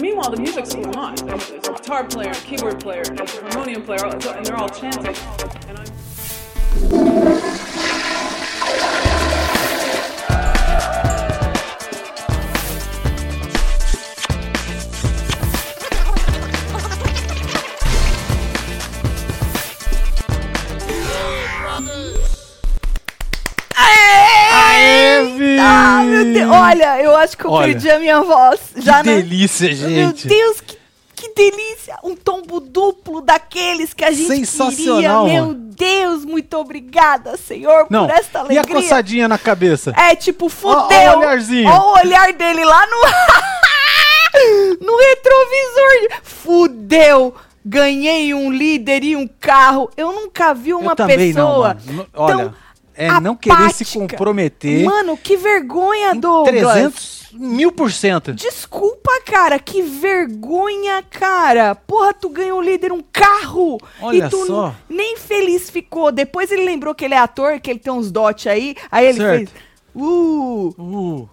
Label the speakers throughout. Speaker 1: Meanwhile, the music's going on. There's, there's a guitar player, a keyboard player, a harmonium player, all- and they're all chanting. And I'm
Speaker 2: Aê, Vi!
Speaker 3: Ah, meu Deus! Olha, eu acho que eu
Speaker 2: Olha.
Speaker 3: perdi a minha voz. Já
Speaker 2: Que
Speaker 3: na-
Speaker 2: delícia,
Speaker 3: Meu
Speaker 2: gente!
Speaker 3: Deus, que, que delícia! Um tombo duplo daqueles que a gente
Speaker 2: Sensacional,
Speaker 3: queria.
Speaker 2: mano.
Speaker 3: Meu Deus, muito obrigada, Senhor,
Speaker 2: Não,
Speaker 3: por esta
Speaker 2: e a
Speaker 3: alegria.
Speaker 2: coçadinha na cabeça?
Speaker 3: É tipo, fudeu.
Speaker 2: Ó, ó o olharzinho.
Speaker 3: Ó o olhar dele lá no. no retrovisor. Fudeu. Ganhei um líder e um carro. Eu nunca vi uma
Speaker 2: Eu também não,
Speaker 3: pessoa.
Speaker 2: mano. N- Olha,
Speaker 3: tão
Speaker 2: é não querer se
Speaker 3: apática.
Speaker 2: comprometer.
Speaker 3: Mano, que vergonha,
Speaker 2: em
Speaker 3: Douglas.
Speaker 2: 300 mil por cento.
Speaker 3: Desculpa, cara, que vergonha, cara. Porra, tu ganhou o líder um carro
Speaker 2: Olha
Speaker 3: e tu
Speaker 2: só.
Speaker 3: n- nem feliz ficou. Depois ele lembrou que ele é ator, que ele tem uns dotes aí. Aí ele
Speaker 2: Certo.
Speaker 3: fez. Uh!
Speaker 2: Uh,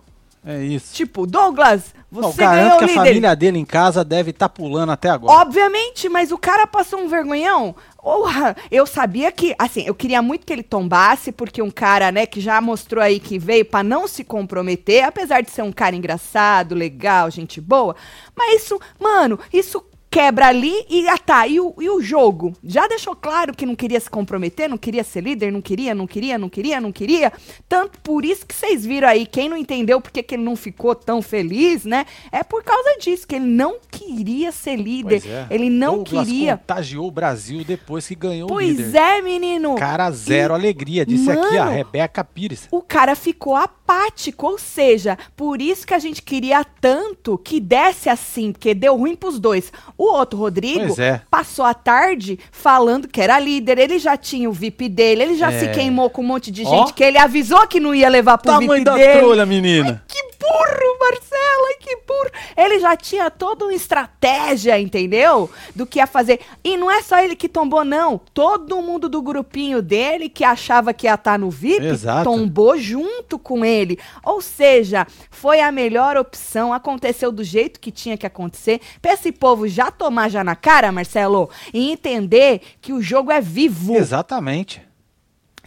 Speaker 2: é isso.
Speaker 3: Tipo, Douglas,
Speaker 2: Não,
Speaker 3: você
Speaker 2: garanto
Speaker 3: ganhou
Speaker 2: que
Speaker 3: o
Speaker 2: a
Speaker 3: líder.
Speaker 2: família dele em casa deve estar pulando até agora.
Speaker 3: Obviamente, mas o cara passou um vergonhão. Porra, eu sabia que, assim, eu queria muito que ele tombasse, porque um cara, né, que já mostrou aí que veio pra não se comprometer, apesar de ser um cara engraçado, legal, gente boa. Mas isso, mano, isso quebra ali e ah tá, e o, e o jogo? Já deixou claro que não queria se comprometer, não queria ser líder, não queria, não queria, não queria, não queria. Tanto por isso que vocês viram aí, quem não entendeu por que que ele não ficou tão feliz, né? É por causa disso, que ele não queria ser líder.
Speaker 2: Pois é.
Speaker 3: Ele não
Speaker 2: Douglas
Speaker 3: queria.
Speaker 2: contagiou o Brasil depois que ganhou o
Speaker 3: Pois
Speaker 2: líder.
Speaker 3: é, menino.
Speaker 2: Cara, zero alegria. Disse aqui a
Speaker 3: Mano.
Speaker 2: Rebeca Pires.
Speaker 3: o cara ficou apático, ou seja, por isso que a gente queria tanto que desse assim, porque deu ruim pros dois. O outro, Rodrigo,
Speaker 2: Pois é.
Speaker 3: passou a tarde falando que era líder, ele já tinha o VIP dele, ele já
Speaker 2: É.
Speaker 3: se queimou com um monte de
Speaker 2: Ó.
Speaker 3: gente que ele avisou que não ia levar pro
Speaker 2: Tamanho
Speaker 3: VIP
Speaker 2: da
Speaker 3: dele.
Speaker 2: trolha, menina.
Speaker 3: Que burro, Marcela, que burro. Ele já tinha toda uma estratégia, entendeu? Do que ia fazer. E não é só ele que tombou, não. Todo mundo do grupinho dele que achava que ia estar no VIP
Speaker 2: Exato.
Speaker 3: tombou junto com ele. Ou seja, foi a melhor opção, aconteceu do jeito que tinha que acontecer. Pra esse povo já tomar já na cara, Marcelo, e entender que o jogo é vivo.
Speaker 2: Exatamente.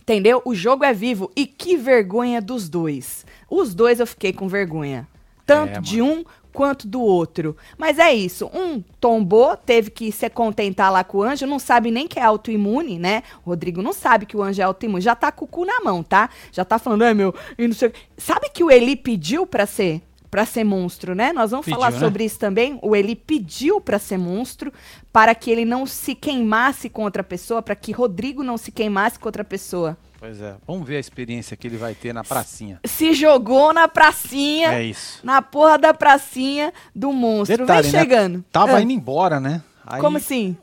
Speaker 3: Entendeu? O jogo é vivo. E que vergonha dos dois. Os dois eu fiquei com vergonha. Tanto
Speaker 2: É,
Speaker 3: de um quanto do outro. Mas é isso. Um tombou, teve que se contentar lá com o anjo, não sabe nem que é autoimune, né? O Rodrigo não sabe que o anjo é autoimune. Já tá com o cu na mão, tá? Já tá falando, é meu, e não sei o quê." Sabe que o Eli pediu pra ser. Pra ser monstro, né? Nós vamos
Speaker 2: Pediu,
Speaker 3: falar
Speaker 2: né?
Speaker 3: sobre isso também. O Eli pediu pra ser monstro, para que ele não se queimasse com outra pessoa, para que Rodrigo não se queimasse com outra pessoa
Speaker 2: Pois é. Vamos ver a experiência que ele vai ter na pracinha.
Speaker 3: se jogou na pracinha,
Speaker 2: É isso.
Speaker 3: na porra da pracinha do monstro.
Speaker 2: Detalhe, né?
Speaker 3: Vem chegando.
Speaker 2: Tava
Speaker 3: Ah,
Speaker 2: indo embora, né? Aí
Speaker 3: Como assim?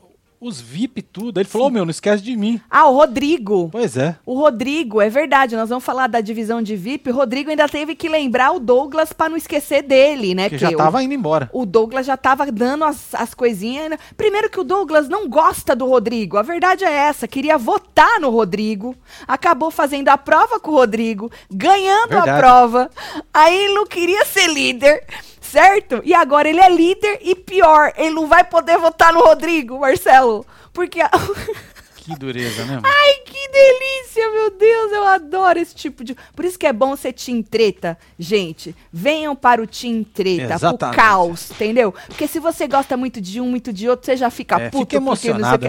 Speaker 2: os VIP tudo. Ele falou, "Ô, meu, não esquece de mim.
Speaker 3: Ah, o Rodrigo.
Speaker 2: Pois é.
Speaker 3: O Rodrigo, é verdade, nós vamos falar da divisão de VIP. O Rodrigo ainda teve que lembrar o Douglas pra não esquecer dele, né?
Speaker 2: Porque já
Speaker 3: o-
Speaker 2: tava indo embora.
Speaker 3: O Douglas já tava dando as, as coisinhas. né? Primeiro que o Douglas não gosta do Rodrigo. A verdade é essa. Queria votar no Rodrigo. Acabou fazendo a prova com o Rodrigo. Ganhando a
Speaker 2: Verdade.
Speaker 3: prova. Aí ele não queria ser líder. Certo? E agora ele é líder e pior. Ele não vai poder votar no Rodrigo, Marcelo. Porque... a-
Speaker 2: Que dureza, né? mano?
Speaker 3: Ai, que delícia, meu Deus, eu adoro esse tipo de. Por isso que é bom ser Team Treta, gente. Venham para o Team Treta, pro
Speaker 2: Exatamente.
Speaker 3: caos, entendeu? Porque se você gosta muito de um, muito de outro, você já fica
Speaker 2: É,
Speaker 3: puto.
Speaker 2: fica emocionado,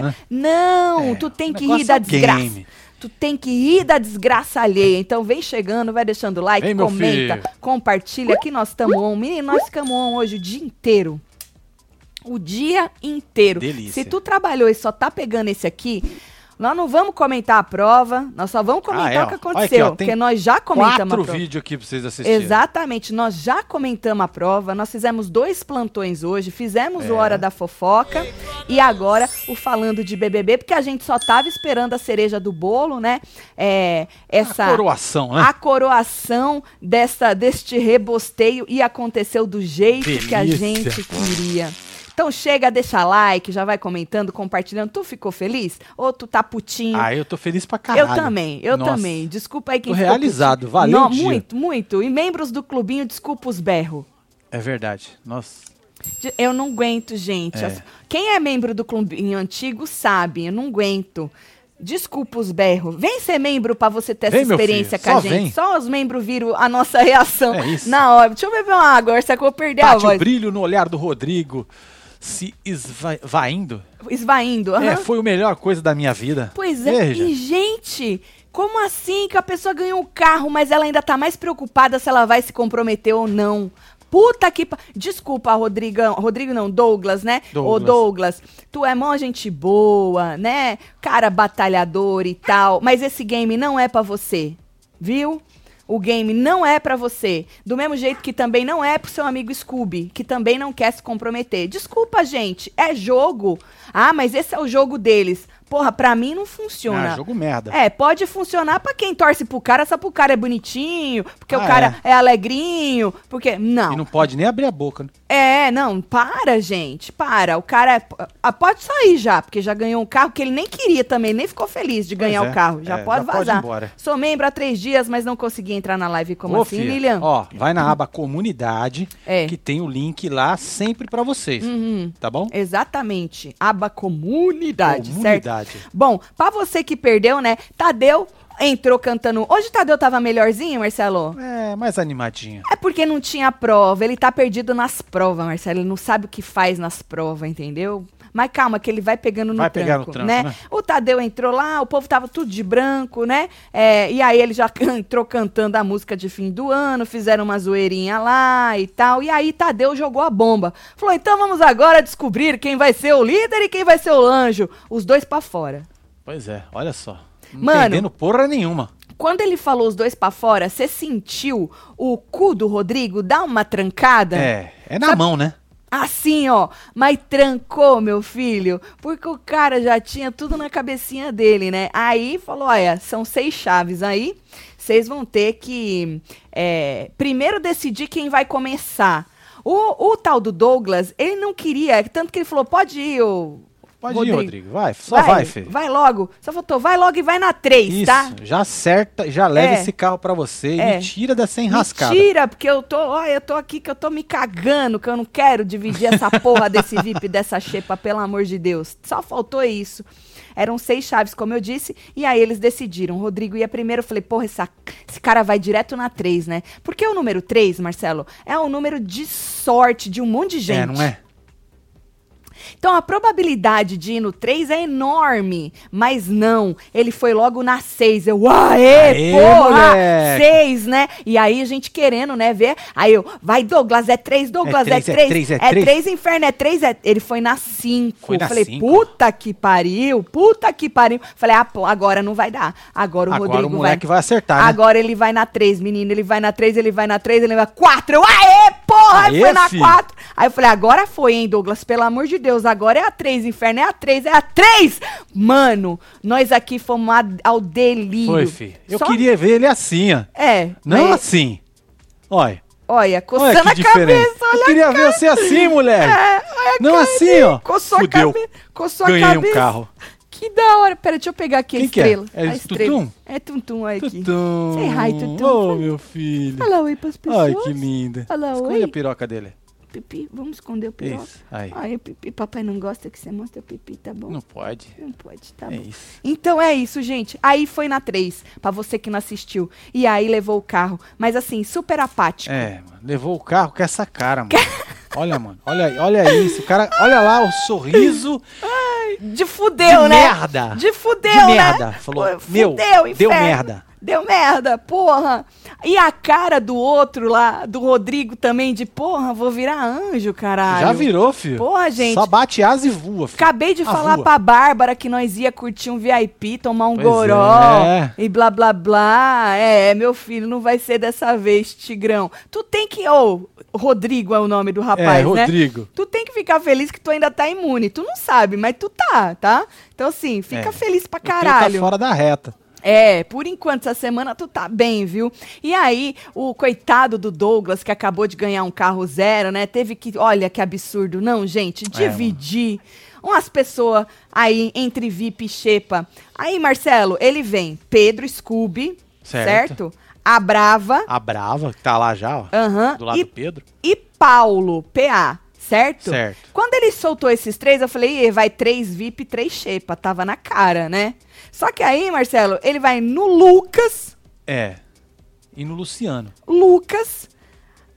Speaker 3: porque não
Speaker 2: né?
Speaker 3: sei o quê. Não,
Speaker 2: É,
Speaker 3: tu tem
Speaker 2: o
Speaker 3: que
Speaker 2: negócio
Speaker 3: rir da
Speaker 2: é o
Speaker 3: desgraça.
Speaker 2: game.
Speaker 3: Tu tem que rir da desgraça alheia. Então vem chegando, vai deixando like,
Speaker 2: Vem, meu
Speaker 3: comenta,
Speaker 2: filho.
Speaker 3: compartilha. Aqui nós estamos on. Menino, nós ficamos on hoje o dia inteiro. O dia inteiro.
Speaker 2: Delícia.
Speaker 3: Se tu trabalhou e só tá pegando esse aqui, nós não vamos comentar a prova, nós só vamos comentar
Speaker 2: Ah, é,
Speaker 3: o que
Speaker 2: ó. Olha aqui,
Speaker 3: aconteceu,
Speaker 2: ó, tem
Speaker 3: porque nós já comentamos a
Speaker 2: Quatro
Speaker 3: prova.
Speaker 2: vídeos aqui pra vocês assistirem.
Speaker 3: Exatamente, nós já comentamos a prova, nós fizemos dois plantões hoje, fizemos o
Speaker 2: É.
Speaker 3: Hora da Fofoca e agora o Falando de BBB, porque a gente só tava esperando a cereja do bolo, né? É, essa
Speaker 2: A coroação, né?
Speaker 3: a coroação dessa, deste rebosteio e aconteceu do jeito que a
Speaker 2: Delícia.
Speaker 3: gente queria. Então chega, deixa like, já vai comentando, compartilhando. Tu ficou feliz? Ou tu tá putinho?
Speaker 2: Ah, eu tô feliz pra caralho.
Speaker 3: Eu também, eu
Speaker 2: Nossa.
Speaker 3: também. Desculpa aí quem
Speaker 2: Tô
Speaker 3: ficou
Speaker 2: realizado,
Speaker 3: putinho.
Speaker 2: valeu o
Speaker 3: Não,
Speaker 2: dia.
Speaker 3: Muito, muito. E membros do clubinho, desculpa os berro.
Speaker 2: É verdade. Nossa.
Speaker 3: De- Eu não aguento, gente.
Speaker 2: É.
Speaker 3: As- Quem é membro do clubinho antigo sabe, eu não aguento. Desculpa os berros. Vem ser membro pra você ter essa
Speaker 2: Vem, meu
Speaker 3: experiência
Speaker 2: filho,
Speaker 3: com a
Speaker 2: só
Speaker 3: gente.
Speaker 2: vem.
Speaker 3: Só os membros viram a nossa reação
Speaker 2: É isso.
Speaker 3: na hora. Deixa eu beber uma água, essa que eu vou perder a
Speaker 2: Tati, o
Speaker 3: voz.
Speaker 2: brilho no olhar do Rodrigo se esvaindo.
Speaker 3: Esvaindo.
Speaker 2: É,
Speaker 3: aham.
Speaker 2: foi a melhor coisa da minha vida.
Speaker 3: Pois é,
Speaker 2: Veja.
Speaker 3: e gente, como assim que a pessoa ganhou o carro, mas ela ainda tá mais preocupada se ela vai se comprometer ou não? Puta que pa... Desculpa, Rodrigão. Rodrigo não, Douglas, né?
Speaker 2: Douglas.
Speaker 3: Ô, Douglas, tu é mó gente boa, né? Cara batalhador e tal, mas esse game não é pra você, viu? O game não é pra você. Do mesmo jeito que também não é pro seu amigo Scooby, que também não quer se comprometer. Desculpa, gente, é jogo. Ah, mas esse é o jogo deles. Porra, pra mim não funciona.
Speaker 2: Ah, jogo merda.
Speaker 3: É, pode funcionar pra quem torce pro cara, só pro cara é bonitinho, porque
Speaker 2: Ah,
Speaker 3: o cara é. alegrinho, porque não.
Speaker 2: E não pode nem abrir a boca. né?
Speaker 3: É, não, para, gente, para. O cara é- ah, pode sair já, porque já ganhou um carro que ele nem queria também, nem ficou feliz de ganhar
Speaker 2: é,
Speaker 3: o carro. Já
Speaker 2: é,
Speaker 3: pode
Speaker 2: já pode ir
Speaker 3: vazar.
Speaker 2: embora.
Speaker 3: Sou membro há três dias, mas não consegui entrar na live como
Speaker 2: Ô,
Speaker 3: assim,
Speaker 2: filha,
Speaker 3: Lilian?
Speaker 2: Ó, vai na aba comunidade,
Speaker 3: É. Uhum.
Speaker 2: que tem o link lá sempre pra vocês. Tá bom?
Speaker 3: Exatamente. Aba comunidade,
Speaker 2: Comunidade.
Speaker 3: certo? Bom, pra você que perdeu, né? Tadeu entrou cantando. Hoje o Tadeu tava melhorzinho, Marcelo?
Speaker 2: É, mais animadinha.
Speaker 3: É porque não tinha prova. Ele tá perdido nas provas, Marcelo. Ele não sabe o que faz nas provas, entendeu? Mas calma, que ele vai pegando no
Speaker 2: Vai
Speaker 3: tranco,
Speaker 2: pegar no tranco,
Speaker 3: né?
Speaker 2: né?
Speaker 3: O Tadeu entrou lá, o povo tava tudo de branco, né? É, e aí ele já entrou cantando a música de fim do ano, fizeram uma zoeirinha lá e tal. E aí Tadeu jogou a bomba. Falou, então vamos agora descobrir quem vai ser o líder e quem vai ser o anjo. Os dois pra fora.
Speaker 2: Pois é, olha só. Não
Speaker 3: Mano.
Speaker 2: entendendo porra nenhuma.
Speaker 3: Quando ele falou os dois pra fora, você sentiu o cu do Rodrigo dar uma trancada?
Speaker 2: É, é na mão, né?
Speaker 3: Assim, ó, mas trancou, meu filho, porque o cara já tinha tudo na cabecinha dele, né? Aí falou: olha, são seis chaves aí, vocês vão ter que é, primeiro decidir quem vai começar. O, o tal do Douglas, ele não queria, tanto que ele falou: pode ir, ô.
Speaker 2: Pode ir, Rodrigo. Vai, só vai, filho.
Speaker 3: Vai logo. Só faltou, vai logo e vai na três,
Speaker 2: Isso,
Speaker 3: tá?
Speaker 2: já acerta, já leva
Speaker 3: É.
Speaker 2: esse carro pra você
Speaker 3: É.
Speaker 2: e me tira dessa enrascada.
Speaker 3: Mentira, porque eu tô, ó, eu tô aqui que eu tô me cagando, que eu não quero dividir essa porra desse VIP, dessa xepa, pelo amor de Deus. Só faltou isso. Eram seis chaves, como eu disse, e aí eles decidiram. O Rodrigo ia primeiro, eu falei, porra, essa- esse cara vai direto na três, né? Porque o número três, Marcelo, é um número de sorte de um monte de gente.
Speaker 2: É, não é?
Speaker 3: Então a probabilidade de ir no 3 é enorme, mas não, ele foi logo na 6. Eu, aê,
Speaker 2: Aê,
Speaker 3: porra!
Speaker 2: moleque!
Speaker 3: 6, né? E aí a gente querendo, né, ver. Aí eu, vai Douglas, é 3, Douglas, é
Speaker 2: três, é
Speaker 3: 3.
Speaker 2: três, é
Speaker 3: É
Speaker 2: três.
Speaker 3: 3, inferno, é 3. É... Ele foi na 5.
Speaker 2: Foi na
Speaker 3: Falei,
Speaker 2: cinco.
Speaker 3: puta que pariu, puta que pariu. Falei, ah, pô, agora não vai dar. Agora o
Speaker 2: Agora o
Speaker 3: Rodrigo
Speaker 2: moleque vai acertar, né?
Speaker 3: Agora ele vai na 3, menino. Ele vai na 3, ele vai na 3, ele vai na 4. Eu, aê, porra! Aí
Speaker 2: Aê,
Speaker 3: foi na
Speaker 2: fi.
Speaker 3: 4. Aí eu falei, agora foi, hein, Douglas? Pelo amor de Deus, agora é a 3, inferno, é a 3, é a 3! Mano, nós aqui fomos a- ao delírio.
Speaker 2: Foi, filho. Eu
Speaker 3: Só-
Speaker 2: queria ver ele assim, ó.
Speaker 3: É.
Speaker 2: Não
Speaker 3: mas-
Speaker 2: assim. Olha.
Speaker 3: Olha,
Speaker 2: Olha
Speaker 3: coçando
Speaker 2: que
Speaker 3: a
Speaker 2: diferença.
Speaker 3: cabeça, olha
Speaker 2: eu queria ver você assim, mulher.
Speaker 3: olha a
Speaker 2: Não
Speaker 3: cara
Speaker 2: assim,
Speaker 3: dele.
Speaker 2: ó.
Speaker 3: Coçou
Speaker 2: Fudeu.
Speaker 3: a cabeça. Coçou
Speaker 2: Ganhei
Speaker 3: a
Speaker 2: um
Speaker 3: cabeça.
Speaker 2: carro.
Speaker 3: Que da hora. Pera, deixa eu pegar aqui a
Speaker 2: Quem que é?
Speaker 3: estrela.
Speaker 2: É
Speaker 3: a
Speaker 2: esse
Speaker 3: estrela.
Speaker 2: Tutum?
Speaker 3: É Tutum, olha aqui.
Speaker 2: Tutum.
Speaker 3: Say hi, Tutum.
Speaker 2: Oh, meu filho.
Speaker 3: Fala oi pras pessoas.
Speaker 2: Ai, que linda.
Speaker 3: Fala,
Speaker 2: Esconde
Speaker 3: oi.
Speaker 2: a piroca dele.
Speaker 3: Pipi, vamos esconder o piroca.
Speaker 2: Isso. Aí.
Speaker 3: Ai, o pipi, papai não gosta que você mostre o pipi, tá bom?
Speaker 2: Não pode.
Speaker 3: Não pode, tá
Speaker 2: É
Speaker 3: bom.
Speaker 2: isso.
Speaker 3: Então é isso, gente. Aí foi na 3, pra você que não assistiu. E aí levou o carro. Mas assim, super apático.
Speaker 2: É, mano. Levou o carro com essa cara, mano. Olha, mano. Olha, aí, olha isso. O cara, olha lá o sorriso
Speaker 3: De fudeu,
Speaker 2: de
Speaker 3: né?
Speaker 2: merda.
Speaker 3: De fudeu,
Speaker 2: de
Speaker 3: né?
Speaker 2: merda. Falou,
Speaker 3: Pô,
Speaker 2: meu,
Speaker 3: fudeu,
Speaker 2: deu
Speaker 3: inferno.
Speaker 2: merda.
Speaker 3: Deu merda, porra. E a cara do outro lá, do Rodrigo também, de porra, vou virar anjo, caralho.
Speaker 2: Já virou, filho.
Speaker 3: Porra, gente.
Speaker 2: Só bate asa e voa, filho.
Speaker 3: Acabei de
Speaker 2: A
Speaker 3: falar
Speaker 2: rua.
Speaker 3: pra Bárbara que nós ia curtir um VIP, tomar um
Speaker 2: Pois
Speaker 3: goró
Speaker 2: é.
Speaker 3: e blá blá blá. É, meu filho, não vai ser dessa vez, Tigrão. Tu tem que. Ô, Rodrigo é o nome do rapaz,
Speaker 2: É,
Speaker 3: né?
Speaker 2: Rodrigo.
Speaker 3: Tu tem que ficar feliz que tu ainda tá imune. Tu não sabe, mas tu tá, tá? Então, assim, fica
Speaker 2: É.
Speaker 3: feliz pra
Speaker 2: O teu
Speaker 3: caralho.
Speaker 2: Tá fora da reta.
Speaker 3: É, por enquanto, essa semana tu tá bem, viu? E aí, o coitado do Douglas, que acabou de ganhar um carro zero, né? Teve que. Olha que absurdo. Não, gente,
Speaker 2: mano.
Speaker 3: dividir umas pessoas aí entre VIP e Xepa. Aí, Marcelo, ele vem Pedro Scooby, certo?
Speaker 2: Certo.
Speaker 3: A Brava.
Speaker 2: A Brava, que tá lá já, ó.
Speaker 3: Aham.
Speaker 2: Do lado
Speaker 3: Ah, E
Speaker 2: do Pedro.
Speaker 3: e Paulo, PA. certo?
Speaker 2: Certo.
Speaker 3: Quando ele soltou esses três, eu falei, "Ih, vai três VIP, três xepa, tava na cara, né? Só que aí, Marcelo, ele vai no Lucas,
Speaker 2: É. E no Luciano.
Speaker 3: Lucas,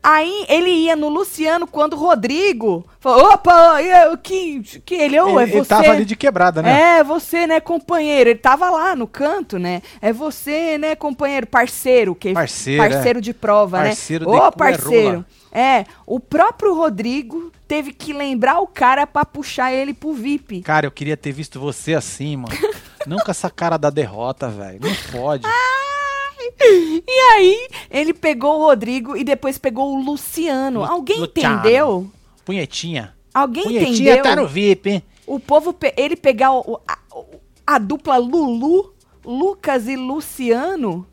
Speaker 3: aí ele ia no Luciano quando o Rodrigo falou, opa, e- o que, que ele, ô, é
Speaker 2: ele,
Speaker 3: você?
Speaker 2: ele tava ali de quebrada, né?
Speaker 3: É, você, né, companheiro? Ele tava lá no canto, né? É você, né, companheiro? Parceiro, que
Speaker 2: Parceiro, é.
Speaker 3: parceiro de prova,
Speaker 2: Parceiro
Speaker 3: né?
Speaker 2: de
Speaker 3: Ô,
Speaker 2: cuerola.
Speaker 3: parceiro. É, o próprio Rodrigo teve que lembrar o cara pra puxar ele pro VIP.
Speaker 2: Cara, eu queria ter visto você assim, mano. Não com essa cara da derrota, velho. Não pode.
Speaker 3: Ah, E aí, ele pegou o Rodrigo e depois pegou o Luciano.
Speaker 2: Lu-
Speaker 3: Alguém
Speaker 2: Luciano.
Speaker 3: entendeu?
Speaker 2: Punhetinha.
Speaker 3: Alguém
Speaker 2: Punhetinha
Speaker 3: entendeu?
Speaker 2: tá no VIP, hein?
Speaker 3: O povo, pe- ele pegar o- o- a, o- a dupla Lulu, Lucas e Luciano,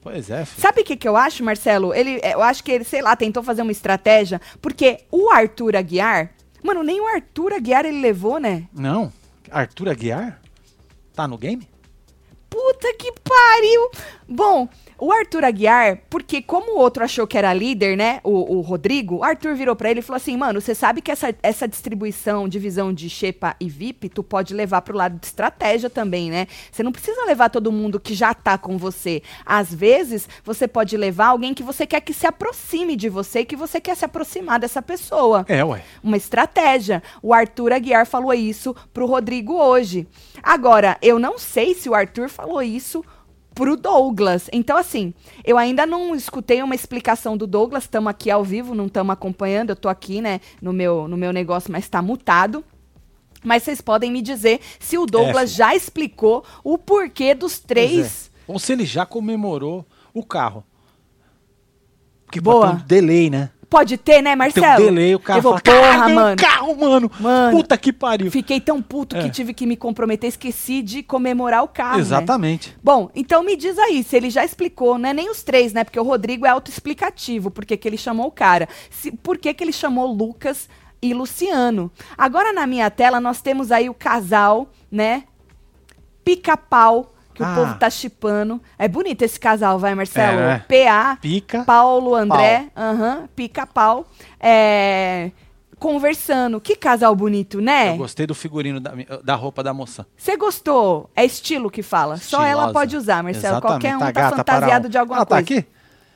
Speaker 2: Pois é, filho.
Speaker 3: Sabe o que, que eu acho, Marcelo? Ele, é, eu acho que ele, sei lá, tentou fazer uma estratégia, porque o Arthur Aguiar, mano, nem o Arthur Aguiar ele levou, né?
Speaker 2: Não. Arthur Aguiar? Tá no game?
Speaker 3: Puta que pariu! Bom, o Arthur Aguiar, porque como o outro achou que era líder, né, o, o Rodrigo, o Arthur virou pra ele e falou assim, mano, você sabe que essa, essa distribuição, divisão de Xepa e VIP, tu pode levar pro lado de estratégia também, né? Você não precisa levar todo mundo que já tá com você. Às vezes, você pode levar alguém que você quer que se aproxime de você, que você quer se aproximar dessa pessoa
Speaker 2: É, ué.
Speaker 3: uma estratégia. O Arthur Aguiar falou isso pro Rodrigo hoje. Agora, eu não sei se o Arthur falou isso pro Douglas. Então, assim, eu ainda não escutei uma explicação do Douglas. Estamos aqui ao vivo, não estamos acompanhando. Eu tô aqui, né, no meu, no meu negócio, mas tá mutado. Mas vocês podem me dizer se o Douglas
Speaker 2: É, filho.
Speaker 3: já explicou o porquê dos três.
Speaker 2: Pois é. Ou se ele já comemorou o carro. Porque
Speaker 3: Boa.
Speaker 2: pode ter um delay, né?
Speaker 3: Pode ter, né,
Speaker 2: Tem
Speaker 3: Marcelo?
Speaker 2: um delay, o cara
Speaker 3: eu vou,
Speaker 2: fala, "Caralho,
Speaker 3: porra,
Speaker 2: ganhei um
Speaker 3: mano.
Speaker 2: carro, mano.
Speaker 3: Mano.
Speaker 2: Puta que pariu.
Speaker 3: Fiquei tão puto que
Speaker 2: É.
Speaker 3: tive que me comprometer, esqueci de comemorar o carro. né?
Speaker 2: Exatamente.
Speaker 3: Bom, então me diz aí, se ele já explicou, né? Nem os três, né? Porque o Rodrigo é autoexplicativo, porque que ele chamou o cara. Se, por que, que ele chamou Lucas e Luciano? Agora na minha tela nós temos aí o casal, né? Pica-pau, que
Speaker 2: Ah.
Speaker 3: o povo tá chipando. É bonito esse casal, vai, Marcelo?
Speaker 2: É, né?
Speaker 3: PA,
Speaker 2: Pica.
Speaker 3: Paulo André, aham, pica-pau. É, conversando. Que casal bonito,
Speaker 2: Eu
Speaker 3: né?
Speaker 2: gostei do figurino da, da roupa da moça.
Speaker 3: Você gostou? É estilo que fala. Só ela
Speaker 2: Estilosa.
Speaker 3: pode usar, Marcelo.
Speaker 2: Exatamente.
Speaker 3: Qualquer um tá,
Speaker 2: gata,
Speaker 3: fantasiado
Speaker 2: para-
Speaker 3: de alguma
Speaker 2: ela
Speaker 3: coisa.
Speaker 2: tá aqui?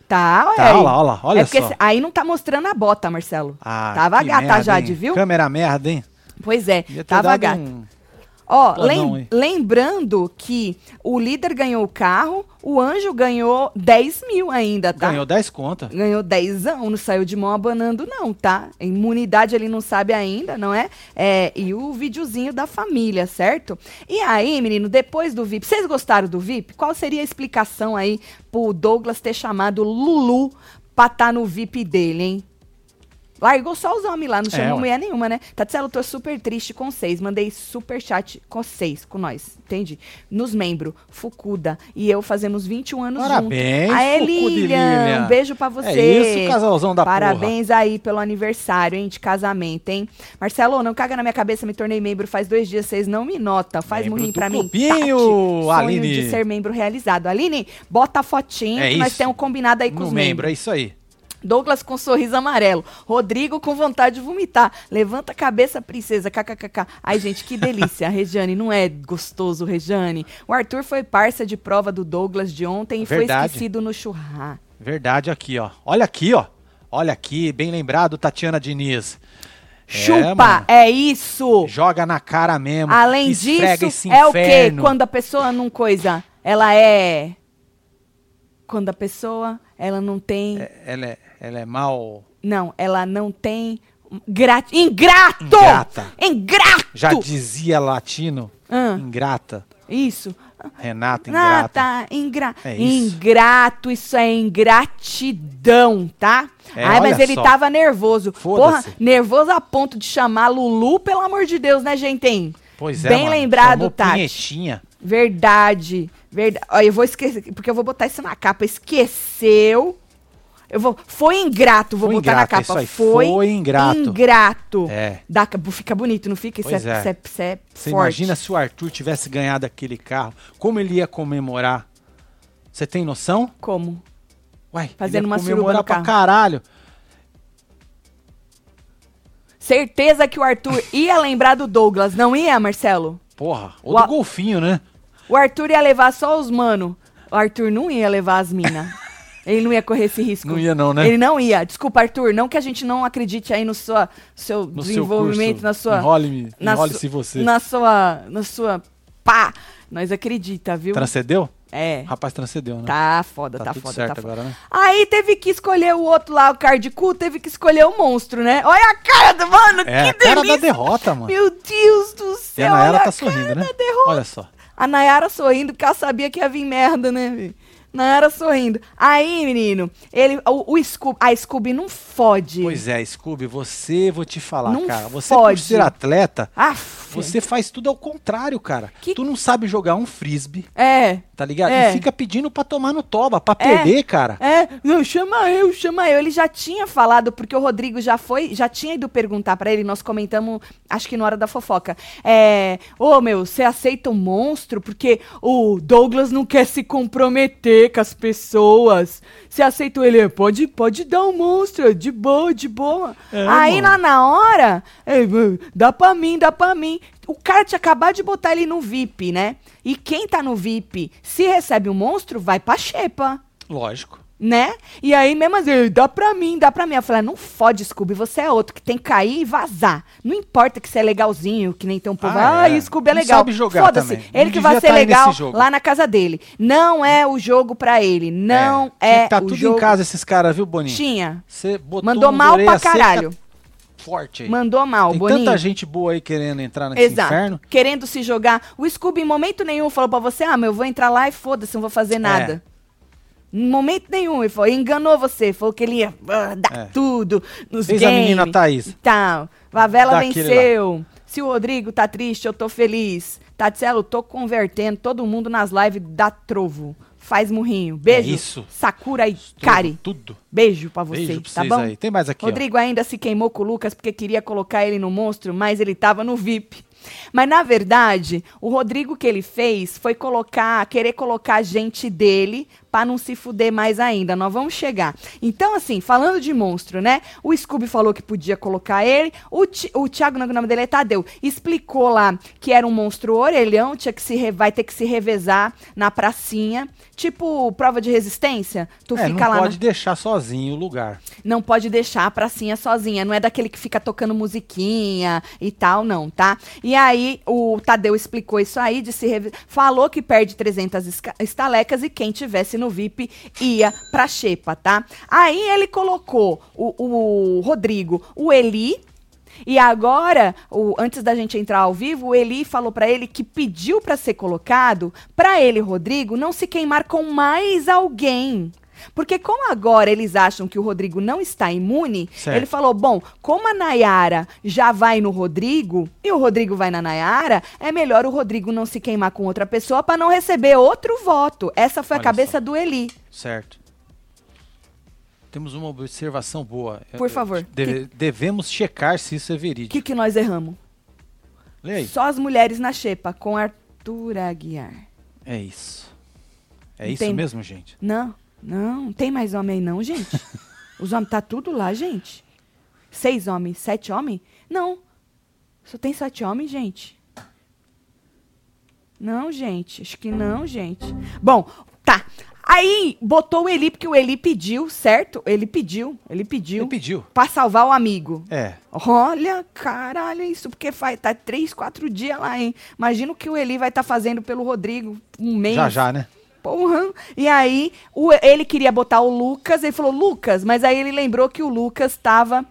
Speaker 3: Tá, olha
Speaker 2: Tá,
Speaker 3: aí.
Speaker 2: olha lá, olha lá, olha
Speaker 3: é porque
Speaker 2: só.
Speaker 3: cê- aí não tá mostrando a bota, Marcelo.
Speaker 2: Ah,
Speaker 3: tava a
Speaker 2: que
Speaker 3: gata
Speaker 2: merda,
Speaker 3: já,
Speaker 2: hein?
Speaker 3: de viu?
Speaker 2: Câmera merda, hein?
Speaker 3: Pois é,
Speaker 2: Devia ter
Speaker 3: tava a
Speaker 2: dado
Speaker 3: gata.
Speaker 2: um-
Speaker 3: Ó,
Speaker 2: Pô, não,
Speaker 3: lem-
Speaker 2: hein?
Speaker 3: lembrando que o líder ganhou o carro, o anjo ganhou 10 mil ainda, tá?
Speaker 2: Ganhou 10 contas.
Speaker 3: Ganhou 10 não saiu de mão abanando, não, tá? A Imunidade ele não sabe ainda, não é? É, E o videozinho da família, certo? E aí, menino, depois do VIP, vocês gostaram do VIP? Qual seria a explicação aí pro Douglas ter chamado Lulu pra tá no VIP dele, hein? Largou só os homens lá, não chamou
Speaker 2: É, ué.
Speaker 3: mulher nenhuma, né? Tatielo, tô super triste com vocês. Mandei super chat com vocês, com nós, entende? Nos membros, Fukuda e eu fazemos 21 anos
Speaker 2: Parabéns,
Speaker 3: juntos. Aê,
Speaker 2: Fukuda e
Speaker 3: Lilian,
Speaker 2: Lilian.
Speaker 3: um beijo pra você.
Speaker 2: É isso, casalzão da porra.
Speaker 3: Parabéns aí pelo aniversário, hein, de casamento, hein? Marcelo, não caga na minha cabeça, me tornei membro faz dois dias, vocês não me notam. Faz
Speaker 2: Membro
Speaker 3: murrinho
Speaker 2: do
Speaker 3: pra mim.
Speaker 2: clubinho,
Speaker 3: Sonho
Speaker 2: Aline.
Speaker 3: de ser membro realizado. Aline, bota a fotinha
Speaker 2: É
Speaker 3: que nós
Speaker 2: isso.
Speaker 3: temos combinado aí com
Speaker 2: No
Speaker 3: os membros.
Speaker 2: membro, é isso aí.
Speaker 3: Douglas com sorriso amarelo. Rodrigo com vontade de vomitar. Levanta a cabeça, princesa. KKKK. Ai, gente, que delícia. Regiane, não é gostoso, Regiane? O Arthur foi parça de prova do Douglas de ontem e foi
Speaker 2: Verdade.
Speaker 3: esquecido no churrasco.
Speaker 2: Verdade aqui, ó. Olha aqui, ó. Olha aqui, bem lembrado, Tatiana Diniz. É,
Speaker 3: Chupa,
Speaker 2: mano.
Speaker 3: é isso.
Speaker 2: Joga na cara mesmo.
Speaker 3: Além
Speaker 2: esfrega
Speaker 3: disso,
Speaker 2: esse
Speaker 3: é o quê?
Speaker 2: inferno.
Speaker 3: Quando a pessoa não coisa, ela é... Quando a pessoa, ela não tem...
Speaker 2: Ela é, ela é mal.
Speaker 3: Não, ela não tem... Gra... Ingrato!
Speaker 2: Ingrata.
Speaker 3: Ingrato!
Speaker 2: Já dizia latino.
Speaker 3: Ah.
Speaker 2: Ingrata.
Speaker 3: Isso.
Speaker 2: Renata,
Speaker 3: Ah,
Speaker 2: ingrata.
Speaker 3: tá. Ingra...
Speaker 2: É isso.
Speaker 3: Ingrato, isso é ingratidão, tá?
Speaker 2: É,
Speaker 3: Ai, mas
Speaker 2: olha
Speaker 3: ele
Speaker 2: só.
Speaker 3: tava nervoso. Porra,
Speaker 2: Foda-se.
Speaker 3: nervoso a ponto de chamar Lulu, pelo amor de Deus, né, gente? hein?
Speaker 2: Pois é,
Speaker 3: Bem
Speaker 2: mano.
Speaker 3: lembrado,
Speaker 2: Chamou
Speaker 3: Tati.
Speaker 2: Punhetinha.
Speaker 3: Verdade. Verdade. Ó, eu vou esquecer, porque eu vou botar isso na capa. Esqueceu. Eu vou, foi ingrato, vou
Speaker 2: Foi
Speaker 3: botar na
Speaker 2: ingrato,
Speaker 3: capa.
Speaker 2: isso aí, foi ingrato.
Speaker 3: Ingrato.
Speaker 2: É.
Speaker 3: Dá- fica bonito, não fica? Isso
Speaker 2: Pois
Speaker 3: é,
Speaker 2: é.
Speaker 3: isso é- isso é
Speaker 2: Você
Speaker 3: forte.
Speaker 2: imagina se o Arthur tivesse ganhado aquele carro, como ele ia comemorar? Você tem noção?
Speaker 3: Como?
Speaker 2: Uai,
Speaker 3: Fazendo
Speaker 2: ele ia
Speaker 3: uma suruba
Speaker 2: comemorar
Speaker 3: no
Speaker 2: pra
Speaker 3: carro.
Speaker 2: caralho.
Speaker 3: Certeza que o Arthur ia lembrar do Douglas, não ia, Marcelo?
Speaker 2: Porra,
Speaker 3: O
Speaker 2: ou
Speaker 3: a-
Speaker 2: do golfinho, né?
Speaker 3: O Arthur ia levar só os mano. O Arthur não ia levar as minas. Ele não ia correr esse risco.
Speaker 2: Não ia não, né?
Speaker 3: Ele não ia. Desculpa, Arthur. Não que a gente não acredite aí no sua, seu
Speaker 2: No seu
Speaker 3: desenvolvimento,
Speaker 2: curso.
Speaker 3: na sua.
Speaker 2: Enrole-me,
Speaker 3: na
Speaker 2: enrole-se
Speaker 3: su-
Speaker 2: você.
Speaker 3: Na sua. Na sua. Pá! Nós acredita, viu?
Speaker 2: Transcendeu?
Speaker 3: É.
Speaker 2: Rapaz, transcendeu, né?
Speaker 3: Tá foda,
Speaker 2: Tá
Speaker 3: tá,
Speaker 2: tudo
Speaker 3: foda,
Speaker 2: certo
Speaker 3: tá foda.
Speaker 2: agora, né?
Speaker 3: Aí teve que escolher o outro lá, o Cardicu, teve que escolher o monstro, né? Olha a cara do mano,
Speaker 2: É,
Speaker 3: que
Speaker 2: a cara
Speaker 3: delícia!
Speaker 2: da derrota, mano.
Speaker 3: Meu Deus do
Speaker 2: E a
Speaker 3: céu!
Speaker 2: Nayara
Speaker 3: olha
Speaker 2: tá
Speaker 3: a
Speaker 2: sorrindo,
Speaker 3: cara
Speaker 2: né?
Speaker 3: da derrota.
Speaker 2: Olha só.
Speaker 3: A Nayara sorrindo, porque ela sabia que ia vir merda, né, vi? Nayara sorrindo. Aí, menino, ele, o, o Scooby, a Scooby não fode.
Speaker 2: Pois é, Scooby, você, vou te falar,
Speaker 3: Não
Speaker 2: cara. Você, por
Speaker 3: fode.
Speaker 2: ser atleta,
Speaker 3: Aff.
Speaker 2: você faz tudo ao contrário, cara.
Speaker 3: Que-
Speaker 2: Tu não sabe jogar um frisbee,
Speaker 3: É,
Speaker 2: tá ligado?
Speaker 3: É.
Speaker 2: E fica pedindo pra tomar no toba, pra perder, cara.
Speaker 3: é, não, chama eu, chama eu. Ele já tinha falado, porque o Rodrigo já foi, já tinha ido perguntar pra ele, nós comentamos, acho que na hora da fofoca. É, ô meu, você aceita o monstro? Porque o Douglas não quer se comprometer com as pessoas. Você aceita ele? Pode, pode dar o monstro, de boa, de boa.
Speaker 2: É,
Speaker 3: Aí na,
Speaker 2: mano.
Speaker 3: na hora, "Ei, mano, dá pra mim, dá pra mim. O cara tinha acabado de botar ele no VIP, né? E quem tá no VIP, se recebe o monstro, vai pra xepa
Speaker 2: Lógico.
Speaker 3: né? E aí mesmo assim, dá pra mim, dá pra mim. Eu falei, "Ah, não fode, Scooby, você é outro que tem que cair e vazar. Não importa que você é legalzinho, que nem tem um povo.
Speaker 2: Ah,
Speaker 3: Ah,
Speaker 2: é.
Speaker 3: Scooby é
Speaker 2: Não
Speaker 3: legal.
Speaker 2: sabe jogar
Speaker 3: Foda-se,
Speaker 2: também.
Speaker 3: ele
Speaker 2: Não
Speaker 3: que vai
Speaker 2: devia
Speaker 3: ser
Speaker 2: tá aí
Speaker 3: legal
Speaker 2: nesse jogo.
Speaker 3: lá na casa dele. Não é o jogo pra ele, não é,
Speaker 2: Tinha que Tá
Speaker 3: o
Speaker 2: tudo
Speaker 3: jogo.
Speaker 2: em casa esses caras, viu, Boninho?
Speaker 3: Tinha.
Speaker 2: Você botou um
Speaker 3: Mandou
Speaker 2: uma
Speaker 3: mal
Speaker 2: orelha
Speaker 3: pra
Speaker 2: seca
Speaker 3: caralho.
Speaker 2: Forte aí.
Speaker 3: Mandou mal,
Speaker 2: tá. Tem
Speaker 3: Boninho.
Speaker 2: tanta gente boa aí querendo entrar nesse
Speaker 3: Exato.
Speaker 2: inferno.
Speaker 3: Querendo se jogar. O Scooby em momento nenhum falou pra você: "Ah, meu, eu vou entrar lá e foda-se, não vou
Speaker 2: É.
Speaker 3: fazer nada". Em momento nenhum, ele falou, enganou você, falou que ele ia ah, dar
Speaker 2: É.
Speaker 3: tudo nos
Speaker 2: Fez a
Speaker 3: games.
Speaker 2: menina Thaís.
Speaker 3: Tá, Vavela
Speaker 2: Daquele
Speaker 3: venceu. Se o Rodrigo tá triste, eu tô feliz. Tatielo, tô convertendo todo mundo nas lives da Trovo. Faz murrinho. Beijo.
Speaker 2: É isso.
Speaker 3: Sakura e Kari.
Speaker 2: Tudo.
Speaker 3: Beijo pra você,
Speaker 2: Beijo pra
Speaker 3: tá
Speaker 2: vocês
Speaker 3: bom?
Speaker 2: aí. Tem mais aqui, ó.
Speaker 3: Rodrigo ainda se queimou com o Lucas porque queria colocar ele no monstro, mas ele tava no VIP. Mas na verdade, o Rodrigo que ele fez foi colocar, querer colocar a gente dele pra não se fuder mais ainda. Nós vamos chegar. Então, assim, falando de monstro, né? O Scooby falou que podia colocar ele. O, Ti- o Thiago, não, o nome dele é Tadeu, explicou lá que era um monstro orelhão, tinha que se re- vai ter que se revezar na pracinha. Tipo, prova de resistência. Tu
Speaker 2: É,
Speaker 3: fica
Speaker 2: não
Speaker 3: lá. na-
Speaker 2: pode deixar sozinho o lugar.
Speaker 3: não pode deixar a pracinha sozinha. Não é daquele que fica tocando musiquinha e tal, não, tá? E aí o Tadeu explicou isso aí, disse, revi- falou que perde 300 esca- estalecas e quem tivesse no VIP ia pra xepa, tá? Aí ele colocou o, o Rodrigo, o Eli. E agora, o- antes da gente entrar ao vivo, o Eli falou pra ele que pediu pra ser colocado, pra ele, Rodrigo, não se queimar com mais alguém. Porque como agora eles acham que o Rodrigo não está imune,
Speaker 2: Certo.
Speaker 3: ele falou, bom, como a Nayara já vai no Rodrigo e o Rodrigo vai na Nayara, é melhor o Rodrigo não se queimar com outra pessoa para não receber outro voto. Essa foi
Speaker 2: Olha
Speaker 3: a cabeça
Speaker 2: só.
Speaker 3: do Eli.
Speaker 2: Certo. Temos uma observação boa.
Speaker 3: Por favor.
Speaker 2: Deve- Devemos checar se isso é
Speaker 3: O
Speaker 2: verídico.
Speaker 3: que, que nós erramos?
Speaker 2: Lê aí.
Speaker 3: Só as mulheres na xepa, com Arthur Aguiar.
Speaker 2: É isso. É isso
Speaker 3: Entendi.
Speaker 2: mesmo, gente?
Speaker 3: Não, não, não tem mais homem aí não, gente. Os homens, tá tudo lá, gente. Seis homens, sete homens? Não, só tem sete homens, gente. Não, gente, acho que não, gente. Bom, tá. Aí botou o Eli, porque o Eli pediu, certo? Ele pediu, ele pediu.
Speaker 2: Ele pediu.
Speaker 3: Pra salvar o amigo.
Speaker 2: É.
Speaker 3: Olha, caralho, isso porque faz, tá três, quatro dias lá, hein? Imagina o que o Eli vai estar fazendo pelo Rodrigo um mês.
Speaker 2: Já já, né?
Speaker 3: Porra. E aí, o- ele queria botar o Lucas, ele falou Lucas, mas aí ele lembrou que o Lucas estava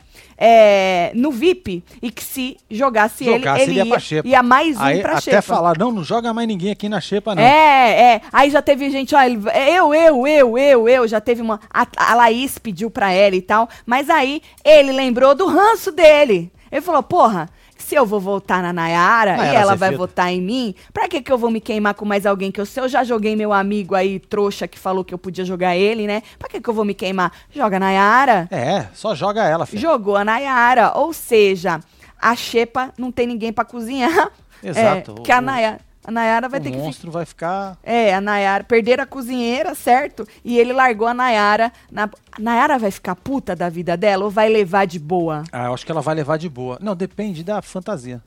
Speaker 3: no VIP e que se jogasse,
Speaker 2: Jogasse,
Speaker 3: ele, ele,
Speaker 2: ele ia pra
Speaker 3: ia,
Speaker 2: Xepa.
Speaker 3: ia mais um
Speaker 2: Aí
Speaker 3: pra
Speaker 2: até
Speaker 3: Xepa.
Speaker 2: falar, não, não joga mais ninguém aqui na xepa, Ah, não.
Speaker 3: É, é. Aí já teve gente, ó, ele- eu, eu, eu, eu, eu, já teve uma. A, a Laís pediu pra ela e tal. Mas aí ele lembrou do ranço dele. Ele falou, porra. Se eu vou votar na Nayara
Speaker 2: Nayara
Speaker 3: e ela vai
Speaker 2: Azevedo.
Speaker 3: votar em mim, pra que que eu vou me queimar com mais alguém que eu sei? Eu já joguei meu amigo aí, trouxa, que falou que eu podia jogar ele, né? Pra que que eu vou me queimar? Joga a Nayara.
Speaker 2: É, só joga ela, filho.
Speaker 3: Jogou a Nayara. Ou seja, a Xepa não tem ninguém pra cozinhar.
Speaker 2: Exato.
Speaker 3: É, que a
Speaker 2: O-
Speaker 3: Nayara... A Nayara vai
Speaker 2: o
Speaker 3: ter que ficar.
Speaker 2: monstro vai ficar.
Speaker 3: É, a Nayara. Perderam a cozinheira, certo? E ele largou a Nayara. Na... A Nayara vai ficar puta da vida dela ou vai levar de boa?
Speaker 2: Ah, eu acho que ela vai levar de boa. Não, depende da fantasia.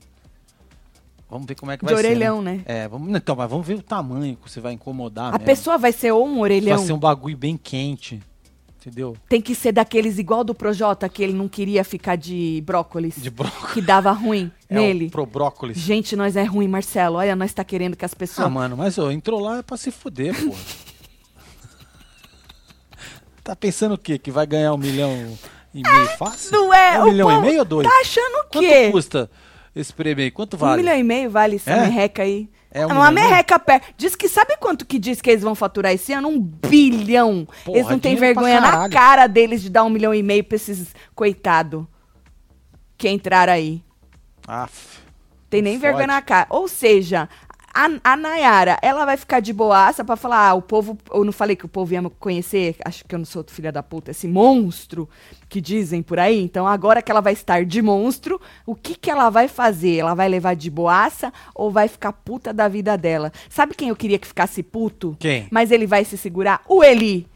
Speaker 2: Vamos ver como é que
Speaker 3: De
Speaker 2: vai
Speaker 3: orelhão,
Speaker 2: ser.
Speaker 3: né?
Speaker 2: É, vamos, então, mas vamos ver o tamanho que você vai incomodar.
Speaker 3: a
Speaker 2: mesmo.
Speaker 3: pessoa vai ser ou um orelhão.
Speaker 2: Ah, é. Vai ser um bagulho bem quente. Entendeu?
Speaker 3: Tem que ser daqueles igual do Projota, que ele não queria ficar de brócolis.
Speaker 2: De brócolis.
Speaker 3: Que dava ruim
Speaker 2: É
Speaker 3: nele.
Speaker 2: o pro brócolis.
Speaker 3: Gente, nós é ruim, Marcelo. Olha, nós tá querendo que as pessoas.
Speaker 2: Ah, mano, mas ó, entrou lá é pra se fuder, porra. tá pensando o quê? Que vai ganhar um milhão e meio fácil?
Speaker 3: não é,
Speaker 2: Um
Speaker 3: o
Speaker 2: milhão e
Speaker 3: povo
Speaker 2: meio ou dois?
Speaker 3: Tá achando o
Speaker 2: Quanto
Speaker 3: quê?
Speaker 2: custa esse prêmio aí? Quanto
Speaker 3: Um
Speaker 2: vale?
Speaker 3: milhão e meio vale essa
Speaker 2: É?
Speaker 3: merreca aí.
Speaker 2: É um
Speaker 3: uma
Speaker 2: milhão e meio?
Speaker 3: merreca perto. Diz que sabe quanto que diz que eles vão faturar esse ano? Um bilhão.
Speaker 2: Porra,
Speaker 3: eles não têm
Speaker 2: dinheiro pra
Speaker 3: vergonha na
Speaker 2: caralho.
Speaker 3: cara deles de dar um milhão e meio pra esses coitado que entraram aí.
Speaker 2: Aff.
Speaker 3: Tem nem
Speaker 2: Fode.
Speaker 3: vergonha na cara. Ou seja, a, a Nayara, ela vai ficar de boaça pra falar, ah, o povo, eu não falei que o povo ia me conhecer, acho que eu não sou filha da puta, esse monstro que dizem por aí. Então, agora que ela vai estar de monstro, o que que ela vai fazer? Ela vai levar de boaça ou vai ficar puta da vida dela? Sabe quem eu queria que ficasse puto?
Speaker 2: Quem?
Speaker 3: Mas ele vai se segurar? O Eli.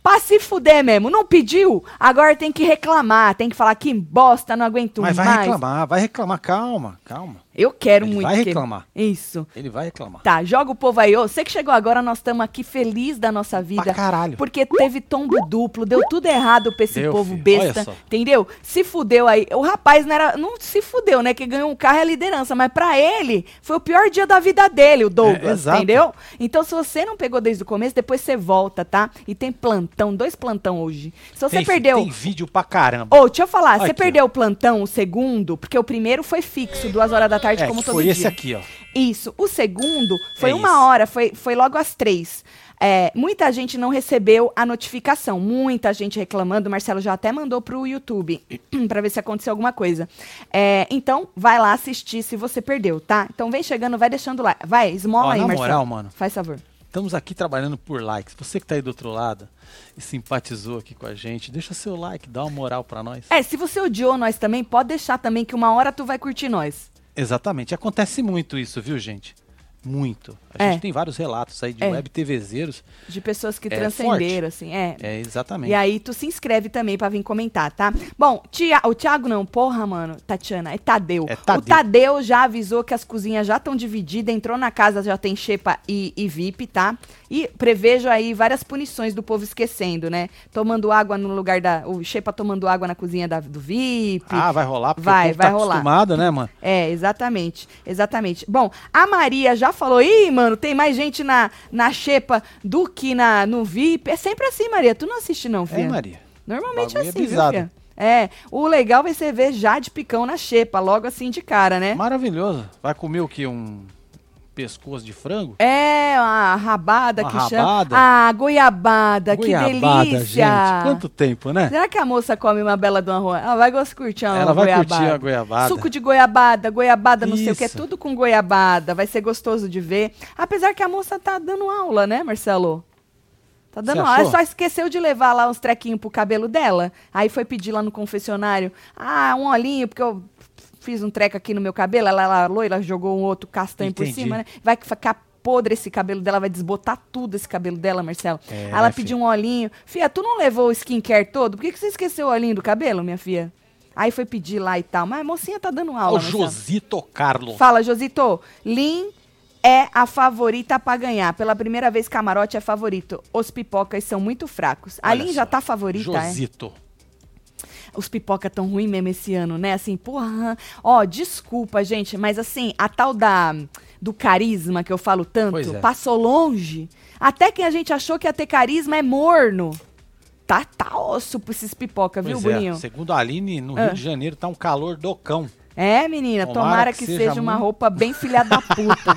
Speaker 3: Pra se fuder mesmo, não pediu? Agora tem que reclamar, tem que falar que bosta, não aguento
Speaker 2: Mas vai
Speaker 3: mais.
Speaker 2: reclamar, vai reclamar. Calma, calma.
Speaker 3: Eu quero
Speaker 2: Ele
Speaker 3: muito.
Speaker 2: vai
Speaker 3: que-
Speaker 2: reclamar.
Speaker 3: Isso.
Speaker 2: Ele vai reclamar.
Speaker 3: Tá, joga o povo aí. Ô, você que chegou agora, nós estamos aqui feliz da nossa vida.
Speaker 2: Pra caralho.
Speaker 3: Porque teve tombo duplo, deu tudo errado pra esse
Speaker 2: Deu,
Speaker 3: povo
Speaker 2: filho.
Speaker 3: besta.
Speaker 2: Olha só.
Speaker 3: Entendeu? Se fudeu aí. O rapaz não era. Não se fudeu, né? Que ganhou um carro é liderança. Mas pra ele, foi o pior dia da vida dele, o
Speaker 2: É,
Speaker 3: Douglas.
Speaker 2: exato.
Speaker 3: entendeu? Então, se você não pegou desde o começo, depois você volta, tá? E tem plantão, dois plantão hoje. Se você
Speaker 2: Tem-
Speaker 3: perdeu.
Speaker 2: Tem vídeo pra caramba.
Speaker 3: Ô, deixa eu falar, você
Speaker 2: Aqui, ó.
Speaker 3: perdeu o plantão, o segundo, porque o primeiro foi fixo, duas horas da tarde,
Speaker 2: é,
Speaker 3: como
Speaker 2: que
Speaker 3: todo
Speaker 2: foi
Speaker 3: dia.
Speaker 2: esse aqui, ó.
Speaker 3: Isso. O segundo foi
Speaker 2: É
Speaker 3: uma
Speaker 2: isso.
Speaker 3: hora, foi, foi logo às três. É, muita gente não recebeu a notificação, muita gente reclamando. O Marcelo já até mandou pro YouTube pra ver se aconteceu alguma coisa. É, então, vai lá assistir se você perdeu, tá? Então vem chegando, vai deixando lá. Vai, esmola
Speaker 2: Ó,
Speaker 3: aí,
Speaker 2: na
Speaker 3: Marcelo.
Speaker 2: moral, mano.
Speaker 3: Faz favor.
Speaker 2: Estamos aqui trabalhando por likes. Você que tá aí do outro lado e simpatizou aqui com a gente, deixa seu like, dá uma moral pra nós.
Speaker 3: É, se você odiou nós também, pode deixar também que uma hora tu vai curtir nós.
Speaker 2: Exatamente. Acontece muito isso, viu, gente? Muito. A
Speaker 3: É.
Speaker 2: gente tem vários relatos aí de
Speaker 3: É.
Speaker 2: web TVzeiros.
Speaker 3: De pessoas que
Speaker 2: É
Speaker 3: transcenderam, assim. É.
Speaker 2: É, exatamente.
Speaker 3: E aí tu se inscreve também pra vir comentar, tá? Bom, Tia, o Thiago não, porra, mano, Tatiana, é Tadeu.
Speaker 2: É Tadeu.
Speaker 3: O Tadeu já avisou que as cozinhas já estão divididas, entrou na casa, já tem xepa e, e VIP, tá? E prevejo aí várias punições do povo esquecendo, né? Tomando água no lugar da... O xepa tomando água na cozinha da- do VIP.
Speaker 2: Ah, vai rolar, porque
Speaker 3: Vai,
Speaker 2: o povo
Speaker 3: vai
Speaker 2: tá
Speaker 3: rolar.
Speaker 2: acostumado, né, mano?
Speaker 3: É, exatamente, exatamente. Bom, a Maria já falou, ih, mano, tem mais gente na, na xepa do que na, no VIP. É sempre assim, Maria, tu não assiste não,
Speaker 2: É,
Speaker 3: filha?
Speaker 2: Maria.
Speaker 3: Normalmente é
Speaker 2: Bagulho é
Speaker 3: assim, viu,
Speaker 2: bizado.
Speaker 3: fia? É, o legal vai ser ver Jade Picão na xepa, logo assim de cara, né?
Speaker 2: Maravilhoso. Vai comer o quê? Um pescoço de frango?
Speaker 3: É, a rabada
Speaker 2: Uma
Speaker 3: que chama.
Speaker 2: rabada?
Speaker 3: Ah, goiabada,
Speaker 2: Goiabada,
Speaker 3: que delícia.
Speaker 2: gente. Quanto tempo, né?
Speaker 3: Será que a moça come uma bela de uma rua? Ela vai gostar curtir uma
Speaker 2: Ela vai
Speaker 3: goiabada.
Speaker 2: curtir a goiabada.
Speaker 3: Suco de goiabada, goiabada, não sei o que, é
Speaker 2: Isso.
Speaker 3: tudo com goiabada. Vai ser gostoso de ver. Apesar que a moça tá dando aula, né, Marcelo? Tá dando
Speaker 2: Você
Speaker 3: aula.
Speaker 2: achou?
Speaker 3: Só esqueceu de levar lá uns trequinhos pro cabelo dela. Aí foi pedir lá no confessionário. Ah, um olhinho, porque eu fiz um treco aqui no meu cabelo. Ela lá, loira, jogou um outro castanho por
Speaker 2: Entendi.
Speaker 3: cima, né? Vai ficar podre esse cabelo dela, vai desbotar tudo esse cabelo dela, Marcelo.
Speaker 2: É,
Speaker 3: Aí ela
Speaker 2: né,
Speaker 3: pediu um olhinho. Fia, tu não levou o skincare todo? Por que, que você esqueceu o olhinho do cabelo, minha filha? Aí foi pedir lá e tal. Mas a mocinha tá dando aula.
Speaker 2: o
Speaker 3: Marcelo.
Speaker 2: Josito Carlos.
Speaker 3: Fala, Josito. Lin é a favorita pra ganhar. Pela primeira vez, camarote é favorito. Os pipocas são muito fracos. A
Speaker 2: Olha
Speaker 3: Lin
Speaker 2: só.
Speaker 3: já tá favorita, é?
Speaker 2: Josito.
Speaker 3: Os pipoca tão ruim mesmo esse ano, né? Assim, porra. Ó, desculpa, gente, mas assim, a tal da do carisma que eu falo
Speaker 2: Pois
Speaker 3: tanto
Speaker 2: é.
Speaker 3: passou longe. Até quem a gente achou que ia ter carisma é morno. Tá, tá osso pra esses pipoca, viu, Ah.
Speaker 2: Pois é,
Speaker 3: Bruninho?
Speaker 2: Segundo a Aline, no Rio de Janeiro tá um calor do cão.
Speaker 3: É, menina, tomara, que, seja, uma
Speaker 2: muito-
Speaker 3: roupa bem filha da puta.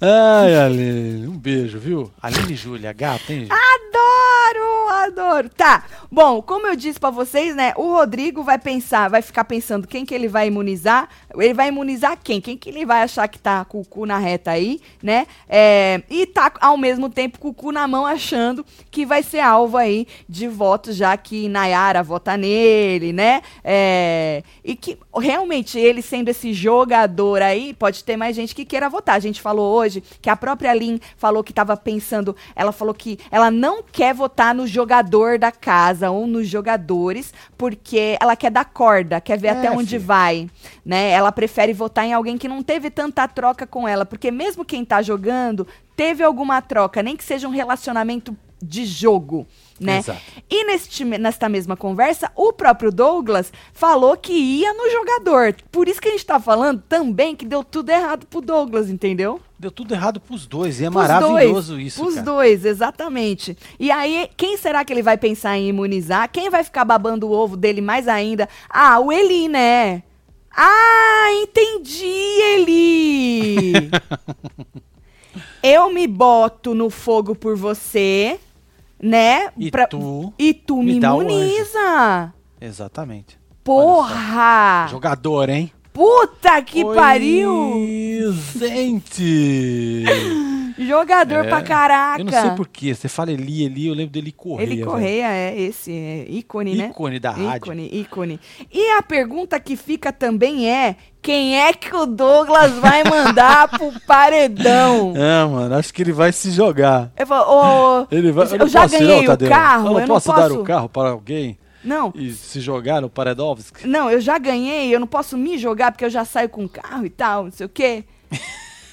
Speaker 2: Ai, Aline, um beijo, viu? Aline e Júlia, gata, hein? gente?
Speaker 3: Adoro! adoro. Tá. Bom, como eu disse pra vocês, né? O Rodrigo vai pensar, vai ficar pensando quem que ele vai imunizar. Ele vai imunizar quem? Quem que ele vai achar que tá com o cu na reta aí, né? É, e tá ao mesmo tempo com o cu na mão achando que vai ser alvo aí de votos, já que Nayara vota nele, né? É, e que realmente ele sendo esse jogador aí, pode ter mais gente que queira votar. A gente falou hoje que a própria Lin falou que tava pensando, ela falou que ela não quer votar no jogador da casa ou nos jogadores, porque ela quer dar corda, quer ver
Speaker 2: É,
Speaker 3: até onde
Speaker 2: filha.
Speaker 3: vai, né? Ela prefere votar em alguém que não teve tanta troca com ela, porque mesmo quem tá jogando teve alguma troca, nem que seja um relacionamento de jogo, né?
Speaker 2: Exato.
Speaker 3: E neste, nesta mesma conversa, o próprio Douglas falou que ia no jogador. Por isso que a gente tá falando também que deu tudo errado pro Douglas, entendeu?
Speaker 2: Deu tudo errado pros dois. E é
Speaker 3: Pros
Speaker 2: maravilhoso
Speaker 3: dois,
Speaker 2: isso,
Speaker 3: Os
Speaker 2: cara.
Speaker 3: dois, exatamente. E aí, quem será que ele vai pensar em imunizar? Quem vai ficar babando o ovo dele mais ainda? Ah, o Eli, né? Ah, entendi, Eli! Eu me boto no fogo por você, né?
Speaker 2: E tu
Speaker 3: e tu me,
Speaker 2: me dá o anjo.
Speaker 3: imuniza!
Speaker 2: Exatamente.
Speaker 3: Porra!
Speaker 2: Jogador, hein?
Speaker 3: Puta Ah. que pariu!
Speaker 2: Oi, Gente!
Speaker 3: Jogador
Speaker 2: É.
Speaker 3: pra caraca!
Speaker 2: Eu não sei porquê. Você fala Eli, Eli, eu lembro dele correr.
Speaker 3: Ele Correia é esse, é ícone, né?
Speaker 2: Ícone da rádio.
Speaker 3: Ícone, ícone. E a pergunta que fica também é: quem é que o Douglas vai mandar pro paredão?
Speaker 2: É, mano, acho que ele vai se jogar.
Speaker 3: Eu, falo, ô,
Speaker 2: Ele vai,
Speaker 3: eu já
Speaker 2: posso,
Speaker 3: ganhei
Speaker 2: não,
Speaker 3: o
Speaker 2: Tadeu.
Speaker 3: carro,
Speaker 2: Eu não posso dar o carro para alguém
Speaker 3: Não,
Speaker 2: e se jogar no Paredovsk?
Speaker 3: não, eu já ganhei, eu não posso me jogar porque eu já saio com o carro e tal, não sei o quê.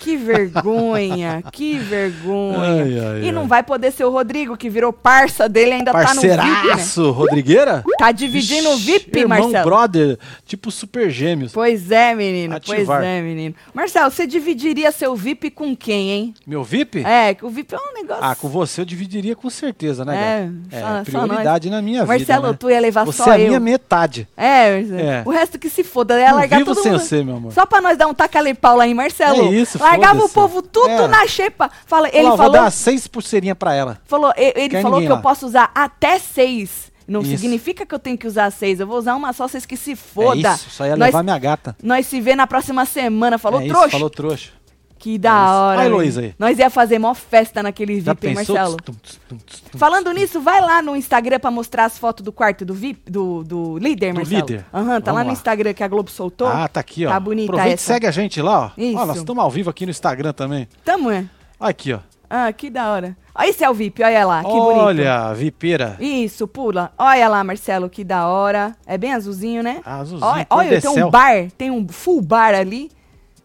Speaker 3: Que vergonha, que vergonha.
Speaker 2: Ai, ai,
Speaker 3: e não
Speaker 2: ai.
Speaker 3: vai poder ser o Rodrigo, que virou parça dele, ainda tá no VIP, né?
Speaker 2: Parceiraço, Rodrigueira?
Speaker 3: Tá dividindo o
Speaker 2: Ixi,
Speaker 3: VIP,
Speaker 2: irmão,
Speaker 3: Marcelo.
Speaker 2: brother, tipo super gêmeos.
Speaker 3: Pois é, menino.
Speaker 2: Ativar.
Speaker 3: Pois é, menino. Marcelo, você dividiria seu VIP com quem, hein?
Speaker 2: Meu VIP?
Speaker 3: É, que o VIP é um negócio.
Speaker 2: Ah, com você eu dividiria com certeza,
Speaker 3: É,
Speaker 2: né,
Speaker 3: só-
Speaker 2: é,
Speaker 3: só
Speaker 2: é prioridade na minha
Speaker 3: Marcelo,
Speaker 2: vida. né?
Speaker 3: tu ia levar
Speaker 2: Você
Speaker 3: só
Speaker 2: é a
Speaker 3: eu.
Speaker 2: minha metade.
Speaker 3: É, Marcelo.
Speaker 2: É.
Speaker 3: O resto que se foda. Eu ia
Speaker 2: Não
Speaker 3: largar
Speaker 2: vivo
Speaker 3: todo
Speaker 2: sem
Speaker 3: mundo.
Speaker 2: você, meu amor.
Speaker 3: Só pra nós dar um taca-lei-pau lá, hein, Marcelo?
Speaker 2: É isso,
Speaker 3: Largava o
Speaker 2: foda-se.
Speaker 3: povo tudo
Speaker 2: É.
Speaker 3: na xepa. Fala, ele
Speaker 2: Ó,
Speaker 3: falou,
Speaker 2: Vou dar seis pulseirinhas pra ela.
Speaker 3: falou, e- ele
Speaker 2: Quer
Speaker 3: falou
Speaker 2: ninguém
Speaker 3: que eu
Speaker 2: lá.
Speaker 3: posso usar até seis. Não
Speaker 2: Isso.
Speaker 3: significa que eu tenho que usar seis. Eu vou usar uma só, vocês que se foda.
Speaker 2: É isso, só ia
Speaker 3: nós,
Speaker 2: levar minha gata.
Speaker 3: nós se vê na próxima semana. Falou,
Speaker 2: é isso,
Speaker 3: trouxa.
Speaker 2: Falou trouxa.
Speaker 3: Que da
Speaker 2: É isso.
Speaker 3: hora.
Speaker 2: Vai,
Speaker 3: hein?
Speaker 2: Luiz, aí.
Speaker 3: Nós ia fazer mó festa naquele
Speaker 2: Já
Speaker 3: VIP, hein,
Speaker 2: pensou?
Speaker 3: Marcelo?
Speaker 2: Tum, tum, tum, tum, tum.
Speaker 3: Falando nisso, vai lá no Instagram pra mostrar as fotos do quarto do VIP, do, do líder,
Speaker 2: Do
Speaker 3: Marcelo.
Speaker 2: líder?
Speaker 3: Aham, tá lá
Speaker 2: Vamos
Speaker 3: no
Speaker 2: lá.
Speaker 3: Instagram que a Globo soltou.
Speaker 2: Ah, tá aqui, ó.
Speaker 3: Tá bonita
Speaker 2: Aproveita
Speaker 3: essa.
Speaker 2: e segue a gente lá, ó.
Speaker 3: Isso.
Speaker 2: Ó, nós estamos ao vivo aqui no Instagram também.
Speaker 3: Tamo, é?
Speaker 2: Aqui, ó.
Speaker 3: Ah, que da hora. Ó, esse é o VIP, olha lá, que bonito.
Speaker 2: Olha, Vipeira.
Speaker 3: Isso, pula. Olha lá, Marcelo, que da hora. É bem azulzinho, né?
Speaker 2: Ah, Azulzinho,
Speaker 3: Olha,
Speaker 2: cor
Speaker 3: olha
Speaker 2: de
Speaker 3: tem um
Speaker 2: céu.
Speaker 3: bar, tem um full bar ali.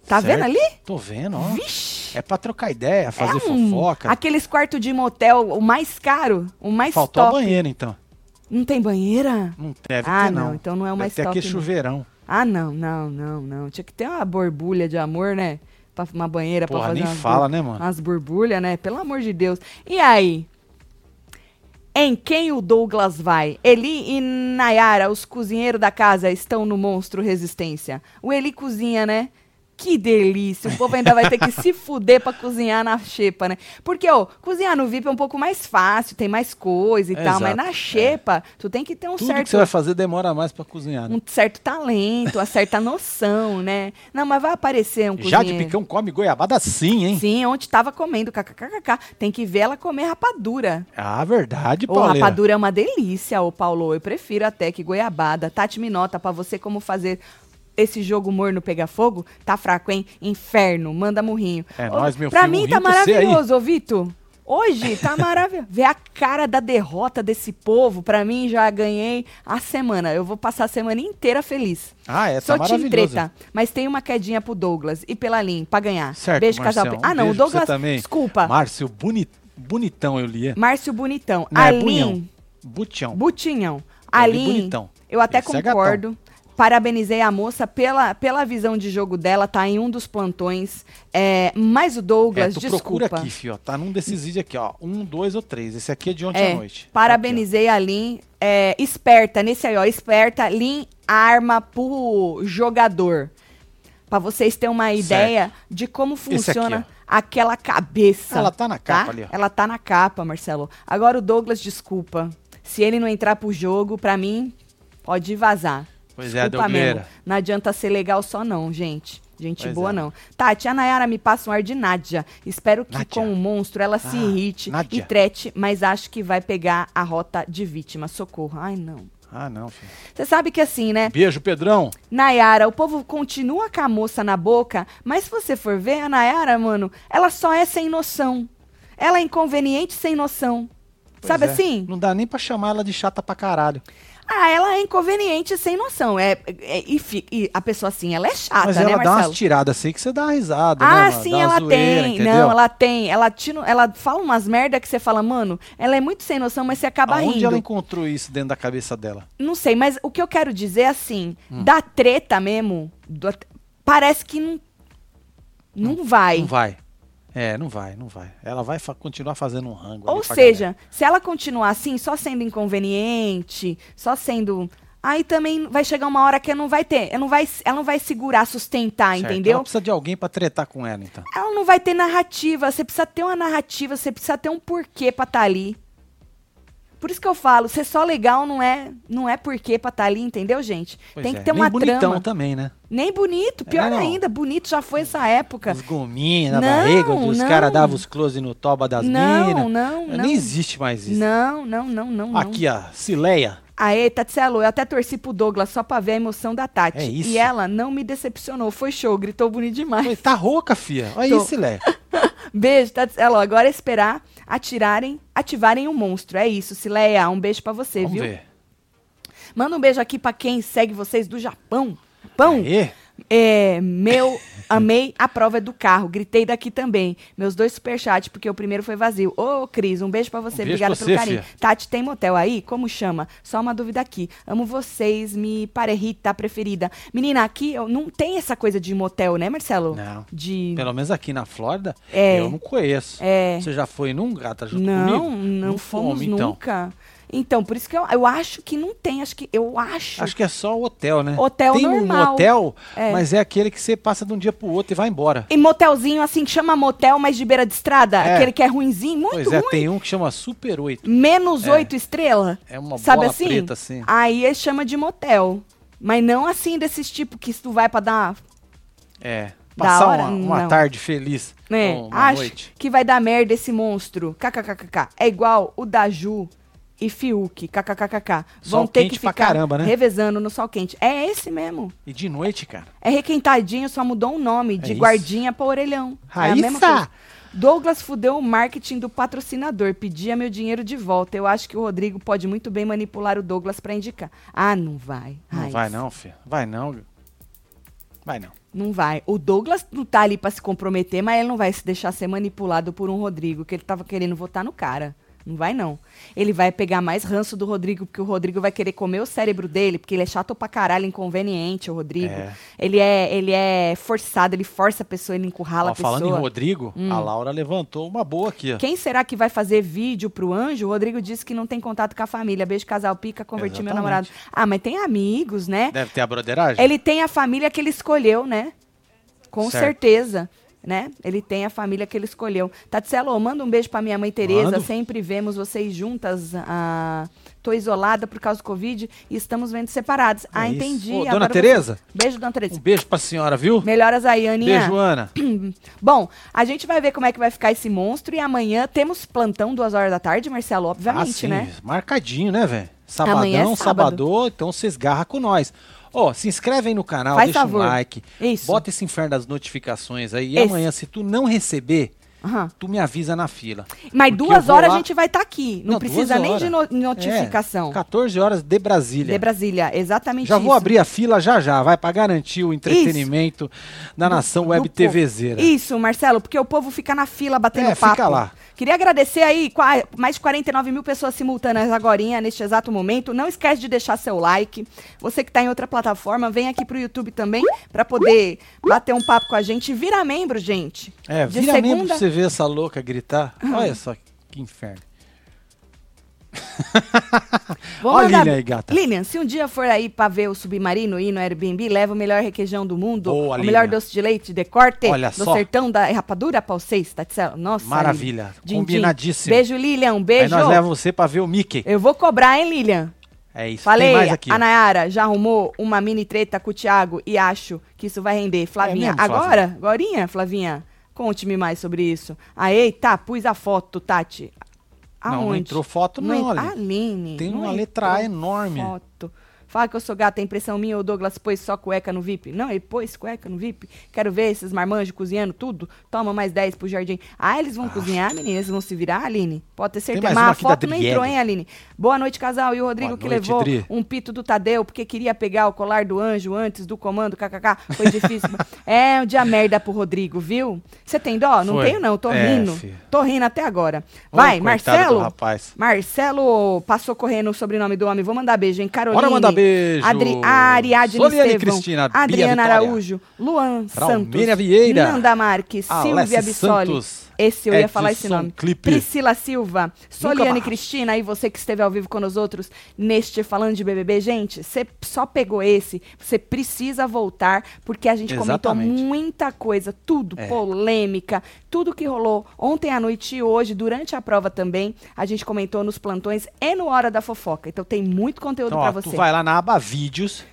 Speaker 3: Tá
Speaker 2: Certo?
Speaker 3: vendo ali?
Speaker 2: Tô vendo, ó.
Speaker 3: Vixe.
Speaker 2: É pra trocar ideia, fazer
Speaker 3: É um-
Speaker 2: fofoca.
Speaker 3: Aqueles quartos de motel, o mais caro, o mais
Speaker 2: Faltou
Speaker 3: top.
Speaker 2: a banheira, então.
Speaker 3: Não tem banheira?
Speaker 2: Não deve
Speaker 3: Ah,
Speaker 2: ter,
Speaker 3: não,
Speaker 2: não.
Speaker 3: então não é o mais
Speaker 2: Deve ter
Speaker 3: top,
Speaker 2: aquele
Speaker 3: não.
Speaker 2: chuveirão.
Speaker 3: Ah, não, não, não, não. Tinha que ter uma borbulha de amor, né? Pra uma banheira pra
Speaker 2: Porra,
Speaker 3: fazer
Speaker 2: nem
Speaker 3: umas
Speaker 2: fala,
Speaker 3: bor-
Speaker 2: né, mano?
Speaker 3: Umas borbulhas, né? Pelo amor de Deus. E aí? Em quem o Douglas vai? Eli e Nayara, os cozinheiros da casa, estão no Monstro Resistência. O Eli cozinha, né? Que delícia. O povo ainda vai ter que se fuder pra cozinhar na xepa, né? Porque, ó, cozinhar no VIP é um pouco mais fácil, tem mais coisa e tal. Mas
Speaker 2: Exato,
Speaker 3: na
Speaker 2: é.
Speaker 3: xepa, tu tem que ter um
Speaker 2: Tudo
Speaker 3: certo
Speaker 2: que você vai fazer demora mais pra cozinhar. né?
Speaker 3: um certo talento, uma certa noção, né? Não, mas vai aparecer um
Speaker 2: Já de
Speaker 3: cozinheiro.
Speaker 2: picão come goiabada sim, hein?
Speaker 3: Sim, onde tava comendo, kkkk. Tem que ver ela comer rapadura.
Speaker 2: Ah, verdade,
Speaker 3: Ô,
Speaker 2: Paulo.
Speaker 3: rapadura é uma delícia, ô Paulo. Eu prefiro até que goiabada. Tati Minota, pra você como fazer esse jogo morno pegar fogo, tá fraco, hein? Inferno, manda murrinho.
Speaker 2: É
Speaker 3: Ô,
Speaker 2: nóis, meu
Speaker 3: Pra
Speaker 2: filho,
Speaker 3: mim
Speaker 2: um
Speaker 3: tá
Speaker 2: rim pra você aí.
Speaker 3: maravilhoso, ô Vitor. Hoje tá maravilhoso. Ver a cara da derrota desse povo, pra mim já ganhei a semana. Eu vou passar a semana inteira feliz.
Speaker 2: Ah, é,
Speaker 3: Sou
Speaker 2: tá
Speaker 3: time
Speaker 2: maravilhoso.
Speaker 3: treta, mas tem uma quedinha pro Douglas e pela Lin pra ganhar.
Speaker 2: Certo,
Speaker 3: beijo,
Speaker 2: Marcião.
Speaker 3: casal.
Speaker 2: Um
Speaker 3: ah, não, o
Speaker 2: beijo pra você
Speaker 3: Douglas.
Speaker 2: também.
Speaker 3: Desculpa.
Speaker 2: Márcio, boni- bonitão eu li. é?
Speaker 3: Márcio Bonitão.
Speaker 2: Não,
Speaker 3: a
Speaker 2: é
Speaker 3: Lin.
Speaker 2: bunhão. Butião.
Speaker 3: Butinhão.
Speaker 2: É, ele
Speaker 3: Aline,
Speaker 2: bonitão.
Speaker 3: eu até
Speaker 2: Esse é
Speaker 3: concordo. Parabenizei a moça pela, pela visão de jogo dela, tá em um dos plantões. É, mas o
Speaker 2: É,
Speaker 3: Douglas,
Speaker 2: tu
Speaker 3: desculpa. Hum.
Speaker 2: procura aqui, fio. ó. Tá num desses vídeos aqui, ó. Um, dois ou três. Esse aqui é de ontem
Speaker 3: É,
Speaker 2: à noite.
Speaker 3: Parabenizei a Lin. é, esperta, nesse aí, ó. Esperta, Lin arma pro jogador. Pra vocês terem uma ideia de como
Speaker 2: aqui,
Speaker 3: funciona aquela cabeça.
Speaker 2: Ela tá na
Speaker 3: tá?
Speaker 2: capa ali, ó.
Speaker 3: Ela tá na capa, Marcelo. Agora o Douglas, desculpa. Se ele não entrar pro jogo, pra mim, pode vazar.
Speaker 2: Pois é, a
Speaker 3: Desculpa
Speaker 2: Delgueira.
Speaker 3: mesmo. Não adianta ser legal só não, gente. Gente
Speaker 2: Pois
Speaker 3: boa
Speaker 2: é.
Speaker 3: não. Tati, a Nayara me passa um ar de Nádia. Espero que
Speaker 2: Nádia.
Speaker 3: com o monstro ela se
Speaker 2: Ah,
Speaker 3: irrite e
Speaker 2: Nádia.
Speaker 3: trete, mas acho que vai pegar a rota de vítima. Socorro. Ai, não.
Speaker 2: Ah, não, filho.
Speaker 3: Você sabe que assim, né?
Speaker 2: Beijo, Pedrão.
Speaker 3: Nayara, o povo continua com a moça na boca, mas se você for ver, a Nayara, mano, ela só é sem noção. Ela é inconveniente sem noção.
Speaker 2: Pois
Speaker 3: Sabe
Speaker 2: é.
Speaker 3: assim?
Speaker 2: Não dá nem pra chamar ela de chata pra caralho.
Speaker 3: Ah, ela é inconveniente sem noção. É, é- e, fi- e a pessoa assim, ela é chata,
Speaker 2: Mas
Speaker 3: né,
Speaker 2: ela dá
Speaker 3: Marcelo?
Speaker 2: umas tiradas assim que você dá uma risada. né,
Speaker 3: Ah,
Speaker 2: mano?
Speaker 3: sim,
Speaker 2: Dá uma
Speaker 3: ela
Speaker 2: zoeira,
Speaker 3: tem.
Speaker 2: Entendeu?
Speaker 3: Não, ela tem. Ela, tira, ela fala umas merda que você fala, mano, ela é muito sem noção, mas você acaba
Speaker 2: Aonde
Speaker 3: rindo.
Speaker 2: ela encontrou isso dentro da cabeça dela?
Speaker 3: Não sei, mas o que eu quero dizer é assim,
Speaker 2: Hum.
Speaker 3: da treta mesmo, do- parece que não, não, vai.
Speaker 2: Não vai. É, não vai, não vai. Ela vai fa- continuar fazendo um rango.
Speaker 3: Ou
Speaker 2: ali pra
Speaker 3: seja, se ela continuar assim, só sendo inconveniente, só sendo. Aí também vai chegar uma hora que ela não vai ter. Ela não vai, ela não vai segurar, sustentar,
Speaker 2: galera. Certo.
Speaker 3: entendeu?
Speaker 2: Ela precisa de alguém pra tretar com ela, então.
Speaker 3: Ela não vai ter narrativa. Você precisa ter uma narrativa, você precisa ter um porquê pra estar ali. Por isso que eu falo, ser só legal não é, não é porquê pra estar ali, entendeu, gente?
Speaker 2: Pois
Speaker 3: Tem que
Speaker 2: é.
Speaker 3: ter
Speaker 2: Nem
Speaker 3: uma
Speaker 2: bonitão
Speaker 3: trama.
Speaker 2: também, né?
Speaker 3: Nem bonito, pior
Speaker 2: não.
Speaker 3: ainda, bonito já foi essa época.
Speaker 2: Os gominhos na
Speaker 3: Não,
Speaker 2: barriga, os
Speaker 3: não.
Speaker 2: caras davam os close no toba das
Speaker 3: Não,
Speaker 2: minas.
Speaker 3: não, não.
Speaker 2: Nem existe mais isso.
Speaker 3: Não, não, não, não, não.
Speaker 2: Aqui, a Cileia.
Speaker 3: Aê, Tatselo, eu até torci pro Douglas só pra ver a emoção da Tati.
Speaker 2: É isso.
Speaker 3: E ela não me decepcionou. Foi show, gritou bonito demais.
Speaker 2: Oi, Tá rouca, fia. Olha
Speaker 3: Tô.
Speaker 2: isso, Cileia.
Speaker 3: Beijo, Tatselo. Agora é esperar atirarem, ativarem o monstro. É isso, Sileia. Um beijo pra você,
Speaker 2: Vamos
Speaker 3: viu?
Speaker 2: ver.
Speaker 3: Manda um beijo aqui pra quem segue vocês do Japão. Japão?
Speaker 2: Aê.
Speaker 3: É, meu, amei a prova do carro. Gritei daqui também. Meus dois superchats, porque o primeiro foi vazio. Ô, Cris, um beijo pra você.
Speaker 2: Um beijo
Speaker 3: Obrigada
Speaker 2: pra
Speaker 3: pelo
Speaker 2: você,
Speaker 3: carinho.
Speaker 2: fia.
Speaker 3: Tati, tem motel aí? Como chama? Só uma dúvida aqui. Amo vocês, me parerrita preferida. Menina, aqui eu- não tem essa coisa de motel, né, Marcelo?
Speaker 2: Não.
Speaker 3: De.
Speaker 2: Pelo menos aqui na Flórida,
Speaker 3: É.
Speaker 2: eu não conheço.
Speaker 3: É.
Speaker 2: Você já foi num gata junto
Speaker 3: Não,
Speaker 2: comigo?
Speaker 3: não, fomos
Speaker 2: fome, então.
Speaker 3: nunca. Então, por isso que eu, eu acho que não tem. Acho que. Eu acho.
Speaker 2: Acho que é só o hotel, né?
Speaker 3: Hotel
Speaker 2: Tem
Speaker 3: normal.
Speaker 2: um hotel,
Speaker 3: É.
Speaker 2: mas é aquele que você passa de um dia pro outro e vai embora.
Speaker 3: E motelzinho assim, que chama motel, mas de beira de estrada.
Speaker 2: É.
Speaker 3: Aquele que é ruinzinho, muito
Speaker 2: pois
Speaker 3: ruim.
Speaker 2: é, tem um que chama Super 8.
Speaker 3: menos oito estrela.
Speaker 2: É uma
Speaker 3: sabe
Speaker 2: bola
Speaker 3: assim?
Speaker 2: preta, assim.
Speaker 3: Aí ele chama de motel. Mas não assim desses tipo que se tu vai pra dar.
Speaker 2: É.
Speaker 3: Da
Speaker 2: Passar
Speaker 3: hora?
Speaker 2: uma, uma
Speaker 3: Não.
Speaker 2: tarde feliz.
Speaker 3: Né?
Speaker 2: ou Uma
Speaker 3: Acho
Speaker 2: noite.
Speaker 3: que vai dar merda esse monstro. KKKKK. É igual o da Ju e Fiuk. KKKKK. Vão
Speaker 2: Sol
Speaker 3: ter que
Speaker 2: quente pra
Speaker 3: ficar
Speaker 2: caramba, né?
Speaker 3: revezando no sol quente. É esse mesmo.
Speaker 2: E de noite, cara.
Speaker 3: É requentadinho, só mudou o nome de
Speaker 2: É isso.
Speaker 3: guardinha pra orelhão. É a mesma
Speaker 2: Raíssa!
Speaker 3: coisa. Douglas fudeu o marketing do patrocinador, pedia meu dinheiro de volta. Eu acho que o Rodrigo pode muito bem manipular o Douglas pra indicar. Ah, não vai.
Speaker 2: Não
Speaker 3: Raíssa.
Speaker 2: vai não, filho. Vai não. Vai não.
Speaker 3: Não vai. O Douglas não tá ali pra se comprometer, mas ele não vai se deixar ser manipulado por um Rodrigo, que ele tava querendo votar no cara. Não vai, não. Ele vai pegar mais ranço do Rodrigo, porque o Rodrigo vai querer comer o cérebro dele, porque ele é chato pra caralho, inconveniente, o Rodrigo.
Speaker 2: É.
Speaker 3: Ele, é, ele é forçado, ele força a pessoa, ele encurrala
Speaker 2: Ó,
Speaker 3: a pessoa.
Speaker 2: falando em Rodrigo, a
Speaker 3: Hum.
Speaker 2: Laura levantou uma boa aqui, ó.
Speaker 3: Quem será que vai fazer vídeo pro anjo? O Rodrigo disse que não tem contato com a família. Beijo, casal pica, converti meu
Speaker 2: Exatamente.
Speaker 3: namorado. Ah, mas tem amigos, né?
Speaker 2: Deve ter a broderagem.
Speaker 3: Ele tem a família que ele escolheu, né? Com
Speaker 2: Certo.
Speaker 3: certeza. Né? Ele tem a família que ele escolheu. Tatselo, manda um beijo pra minha mãe Tereza.
Speaker 2: Mando.
Speaker 3: Sempre vemos vocês juntas. Ah, tô isolada por causa do Covid e estamos vendo separados. ah,
Speaker 2: É isso.
Speaker 3: entendi.
Speaker 2: Ô, dona
Speaker 3: Agora
Speaker 2: Tereza?
Speaker 3: você- Beijo, dona Tereza.
Speaker 2: Um beijo pra senhora, viu?
Speaker 3: Melhoras aí, Aninha.
Speaker 2: Beijo, Ana.
Speaker 3: Bom, a gente vai ver como é que vai ficar esse monstro e amanhã temos plantão duas horas da tarde, Marcelo,
Speaker 2: Ah,
Speaker 3: obviamente,
Speaker 2: sim,
Speaker 3: né?
Speaker 2: marcadinho, né, velho?
Speaker 3: Amanhã é sábado.
Speaker 2: Sabadão, sabadão, então se esgarra com nós. Ó, se inscreve aí no canal,
Speaker 3: Faz
Speaker 2: deixa
Speaker 3: favor.
Speaker 2: um like.
Speaker 3: Isso.
Speaker 2: Bota esse inferno das notificações aí. E
Speaker 3: Esse.
Speaker 2: amanhã, se tu não receber,
Speaker 3: Aham.
Speaker 2: tu me avisa na fila.
Speaker 3: Mas
Speaker 2: Porque eu
Speaker 3: duas
Speaker 2: vou
Speaker 3: horas
Speaker 2: lá-
Speaker 3: a gente vai estar aqui. Não, precisa
Speaker 2: duas
Speaker 3: nem de
Speaker 2: horas.
Speaker 3: no- notificação.
Speaker 2: É, 14 horas de Brasília.
Speaker 3: de Brasília, exatamente
Speaker 2: Já vou
Speaker 3: isso.
Speaker 2: abrir a fila já já, vai, pra garantir o entretenimento da nação web
Speaker 3: do povo.
Speaker 2: TVzeira.
Speaker 3: Isso, Marcelo, porque o povo fica na fila batendo
Speaker 2: É,
Speaker 3: papo.
Speaker 2: fica lá.
Speaker 3: Queria agradecer aí qua- mais de 49 mil pessoas simultâneas agorinha, neste exato momento. Não esquece de deixar seu like. Você que está em outra plataforma, vem aqui pro YouTube também para poder bater um papo com a gente. Vira membro, gente.
Speaker 2: É,
Speaker 3: De
Speaker 2: vira
Speaker 3: segunda-
Speaker 2: membro pra você ver essa louca gritar. Olha só que inferno.
Speaker 3: Vou
Speaker 2: Ó a
Speaker 3: mandar-
Speaker 2: Lilian aí, gata.
Speaker 3: Lilian, se um dia for aí pra ver o submarino e ir no Airbnb, leva o melhor requeijão do mundo, o
Speaker 2: Boa, Lilian.
Speaker 3: melhor doce de leite de corte
Speaker 2: Olha
Speaker 3: do
Speaker 2: só.
Speaker 3: sertão da rapadura pra vocês, tá certo? Nossa,
Speaker 2: Maravilha.
Speaker 3: Lilian. Din, din.
Speaker 2: Combinadíssimo.
Speaker 3: Beijo, Lilian, um
Speaker 2: Aí
Speaker 3: beijo.
Speaker 2: nós levamos você pra ver o Mickey.
Speaker 3: Eu vou cobrar, hein, Lilian?
Speaker 2: É isso.
Speaker 3: Falei,
Speaker 2: Tem mais aqui. ó.
Speaker 3: a Nayara já arrumou uma mini treta com o Thiago e acho que isso vai render. Flavinha,
Speaker 2: mesmo, Flávia?
Speaker 3: agora? Agorinha, Flavinha? Conte-me mais sobre isso. Ah, eita, pus a foto, Tati. Aonde?
Speaker 2: Não, não entrou foto, não,
Speaker 3: en-
Speaker 2: Aline.
Speaker 3: Aline.
Speaker 2: Tem
Speaker 3: não
Speaker 2: uma letra A
Speaker 3: entrou
Speaker 2: enorme.
Speaker 3: Foto. Fala que eu sou gata, é impressão minha, o Douglas pôs só cueca no VIP. Não, ele pôs cueca no VIP. Quero ver esses marmanjos cozinhando tudo. Toma mais 10 pro jardim. Ah, eles vão cozinhar, menina? Eles vão se virar, Aline? Pode ter certeza.
Speaker 2: mais
Speaker 3: Mas
Speaker 2: uma
Speaker 3: a
Speaker 2: aqui da
Speaker 3: foto não
Speaker 2: Driele.
Speaker 3: entrou, hein, Aline? Boa noite, casal. E o Rodrigo
Speaker 2: Boa
Speaker 3: que
Speaker 2: noite,
Speaker 3: levou
Speaker 2: Dri.
Speaker 3: um pito do Tadeu porque queria pegar o colar do anjo antes do comando, kkk. Foi difícil. é, um dia merda pro Rodrigo, viu? Você tem dó? Não
Speaker 2: Foi.
Speaker 3: tenho, não. Tô
Speaker 2: É,
Speaker 3: rindo.
Speaker 2: filho.
Speaker 3: Tô rindo até agora.
Speaker 2: Ô,
Speaker 3: Vai,
Speaker 2: coitado do
Speaker 3: Marcelo.
Speaker 2: rapaz.
Speaker 3: Marcelo passou correndo o sobrenome do homem. Vou mandar beijo, hein? Caroline.
Speaker 2: Bora mandar beijo.
Speaker 3: Adri Ariadne
Speaker 2: Soliane
Speaker 3: Estevão,
Speaker 2: Cristina, Bia
Speaker 3: Adriana
Speaker 2: Vitória.
Speaker 3: Araújo. Luan
Speaker 2: Raulmínia
Speaker 3: Santos.
Speaker 2: Vieira.
Speaker 3: Nanda Marques. Silvia
Speaker 2: Alessia
Speaker 3: Bissoli.
Speaker 2: Santos.
Speaker 3: Esse eu ia falar esse
Speaker 2: Edson
Speaker 3: nome.
Speaker 2: Clipe.
Speaker 3: Priscila Silva. Soliane
Speaker 2: mais.
Speaker 3: Cristina e você que esteve ao vivo com nós outros neste Falando de BBB. Gente, você só pegou esse. Você precisa voltar porque a gente comentou
Speaker 2: Exatamente.
Speaker 3: muita coisa. Tudo.
Speaker 2: É.
Speaker 3: Polêmica. Tudo que rolou ontem à noite e hoje, durante a prova também. A gente comentou nos plantões e no Hora da Fofoca. Então tem muito conteúdo
Speaker 2: Então,
Speaker 3: pra
Speaker 2: ó,
Speaker 3: você. Uhum.
Speaker 2: tu vai lá na aba vídeos.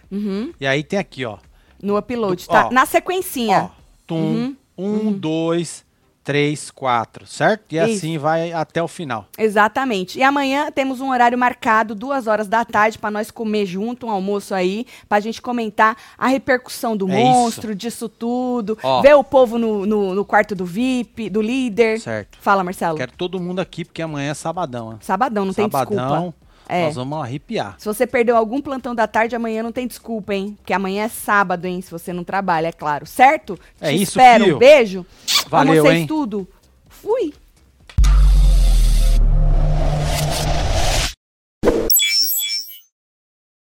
Speaker 2: E aí tem aqui, ó.
Speaker 3: No upload, tá?
Speaker 2: ó.
Speaker 3: Na sequencinha.
Speaker 2: Ó,
Speaker 3: Uhum.
Speaker 2: tum, um, dois, três, quatro, certo? E
Speaker 3: Isso.
Speaker 2: assim vai até o final.
Speaker 3: Exatamente. E amanhã temos um horário marcado, duas horas da tarde, pra nós comer junto, um almoço aí, pra gente comentar a repercussão do
Speaker 2: É
Speaker 3: monstro, disso tudo,
Speaker 2: Ó.
Speaker 3: ver o povo no, no, no quarto do VIP, do líder.
Speaker 2: Certo.
Speaker 3: Fala, Marcelo.
Speaker 2: Quero todo mundo aqui, porque amanhã é sabadão. né?
Speaker 3: Sabadão, não tem
Speaker 2: sabadão,
Speaker 3: desculpa. É.
Speaker 2: nós vamos arrepiar.
Speaker 3: Se você perdeu algum plantão da tarde, amanhã não tem desculpa, hein? Porque amanhã é sábado, hein? Se você não trabalha, é claro. Certo?
Speaker 2: É
Speaker 3: Te
Speaker 2: isso,
Speaker 3: espero.
Speaker 2: fio.
Speaker 3: Um beijo. Amo
Speaker 2: Valeu,
Speaker 3: vocês
Speaker 2: hein?
Speaker 3: tudo. Fui.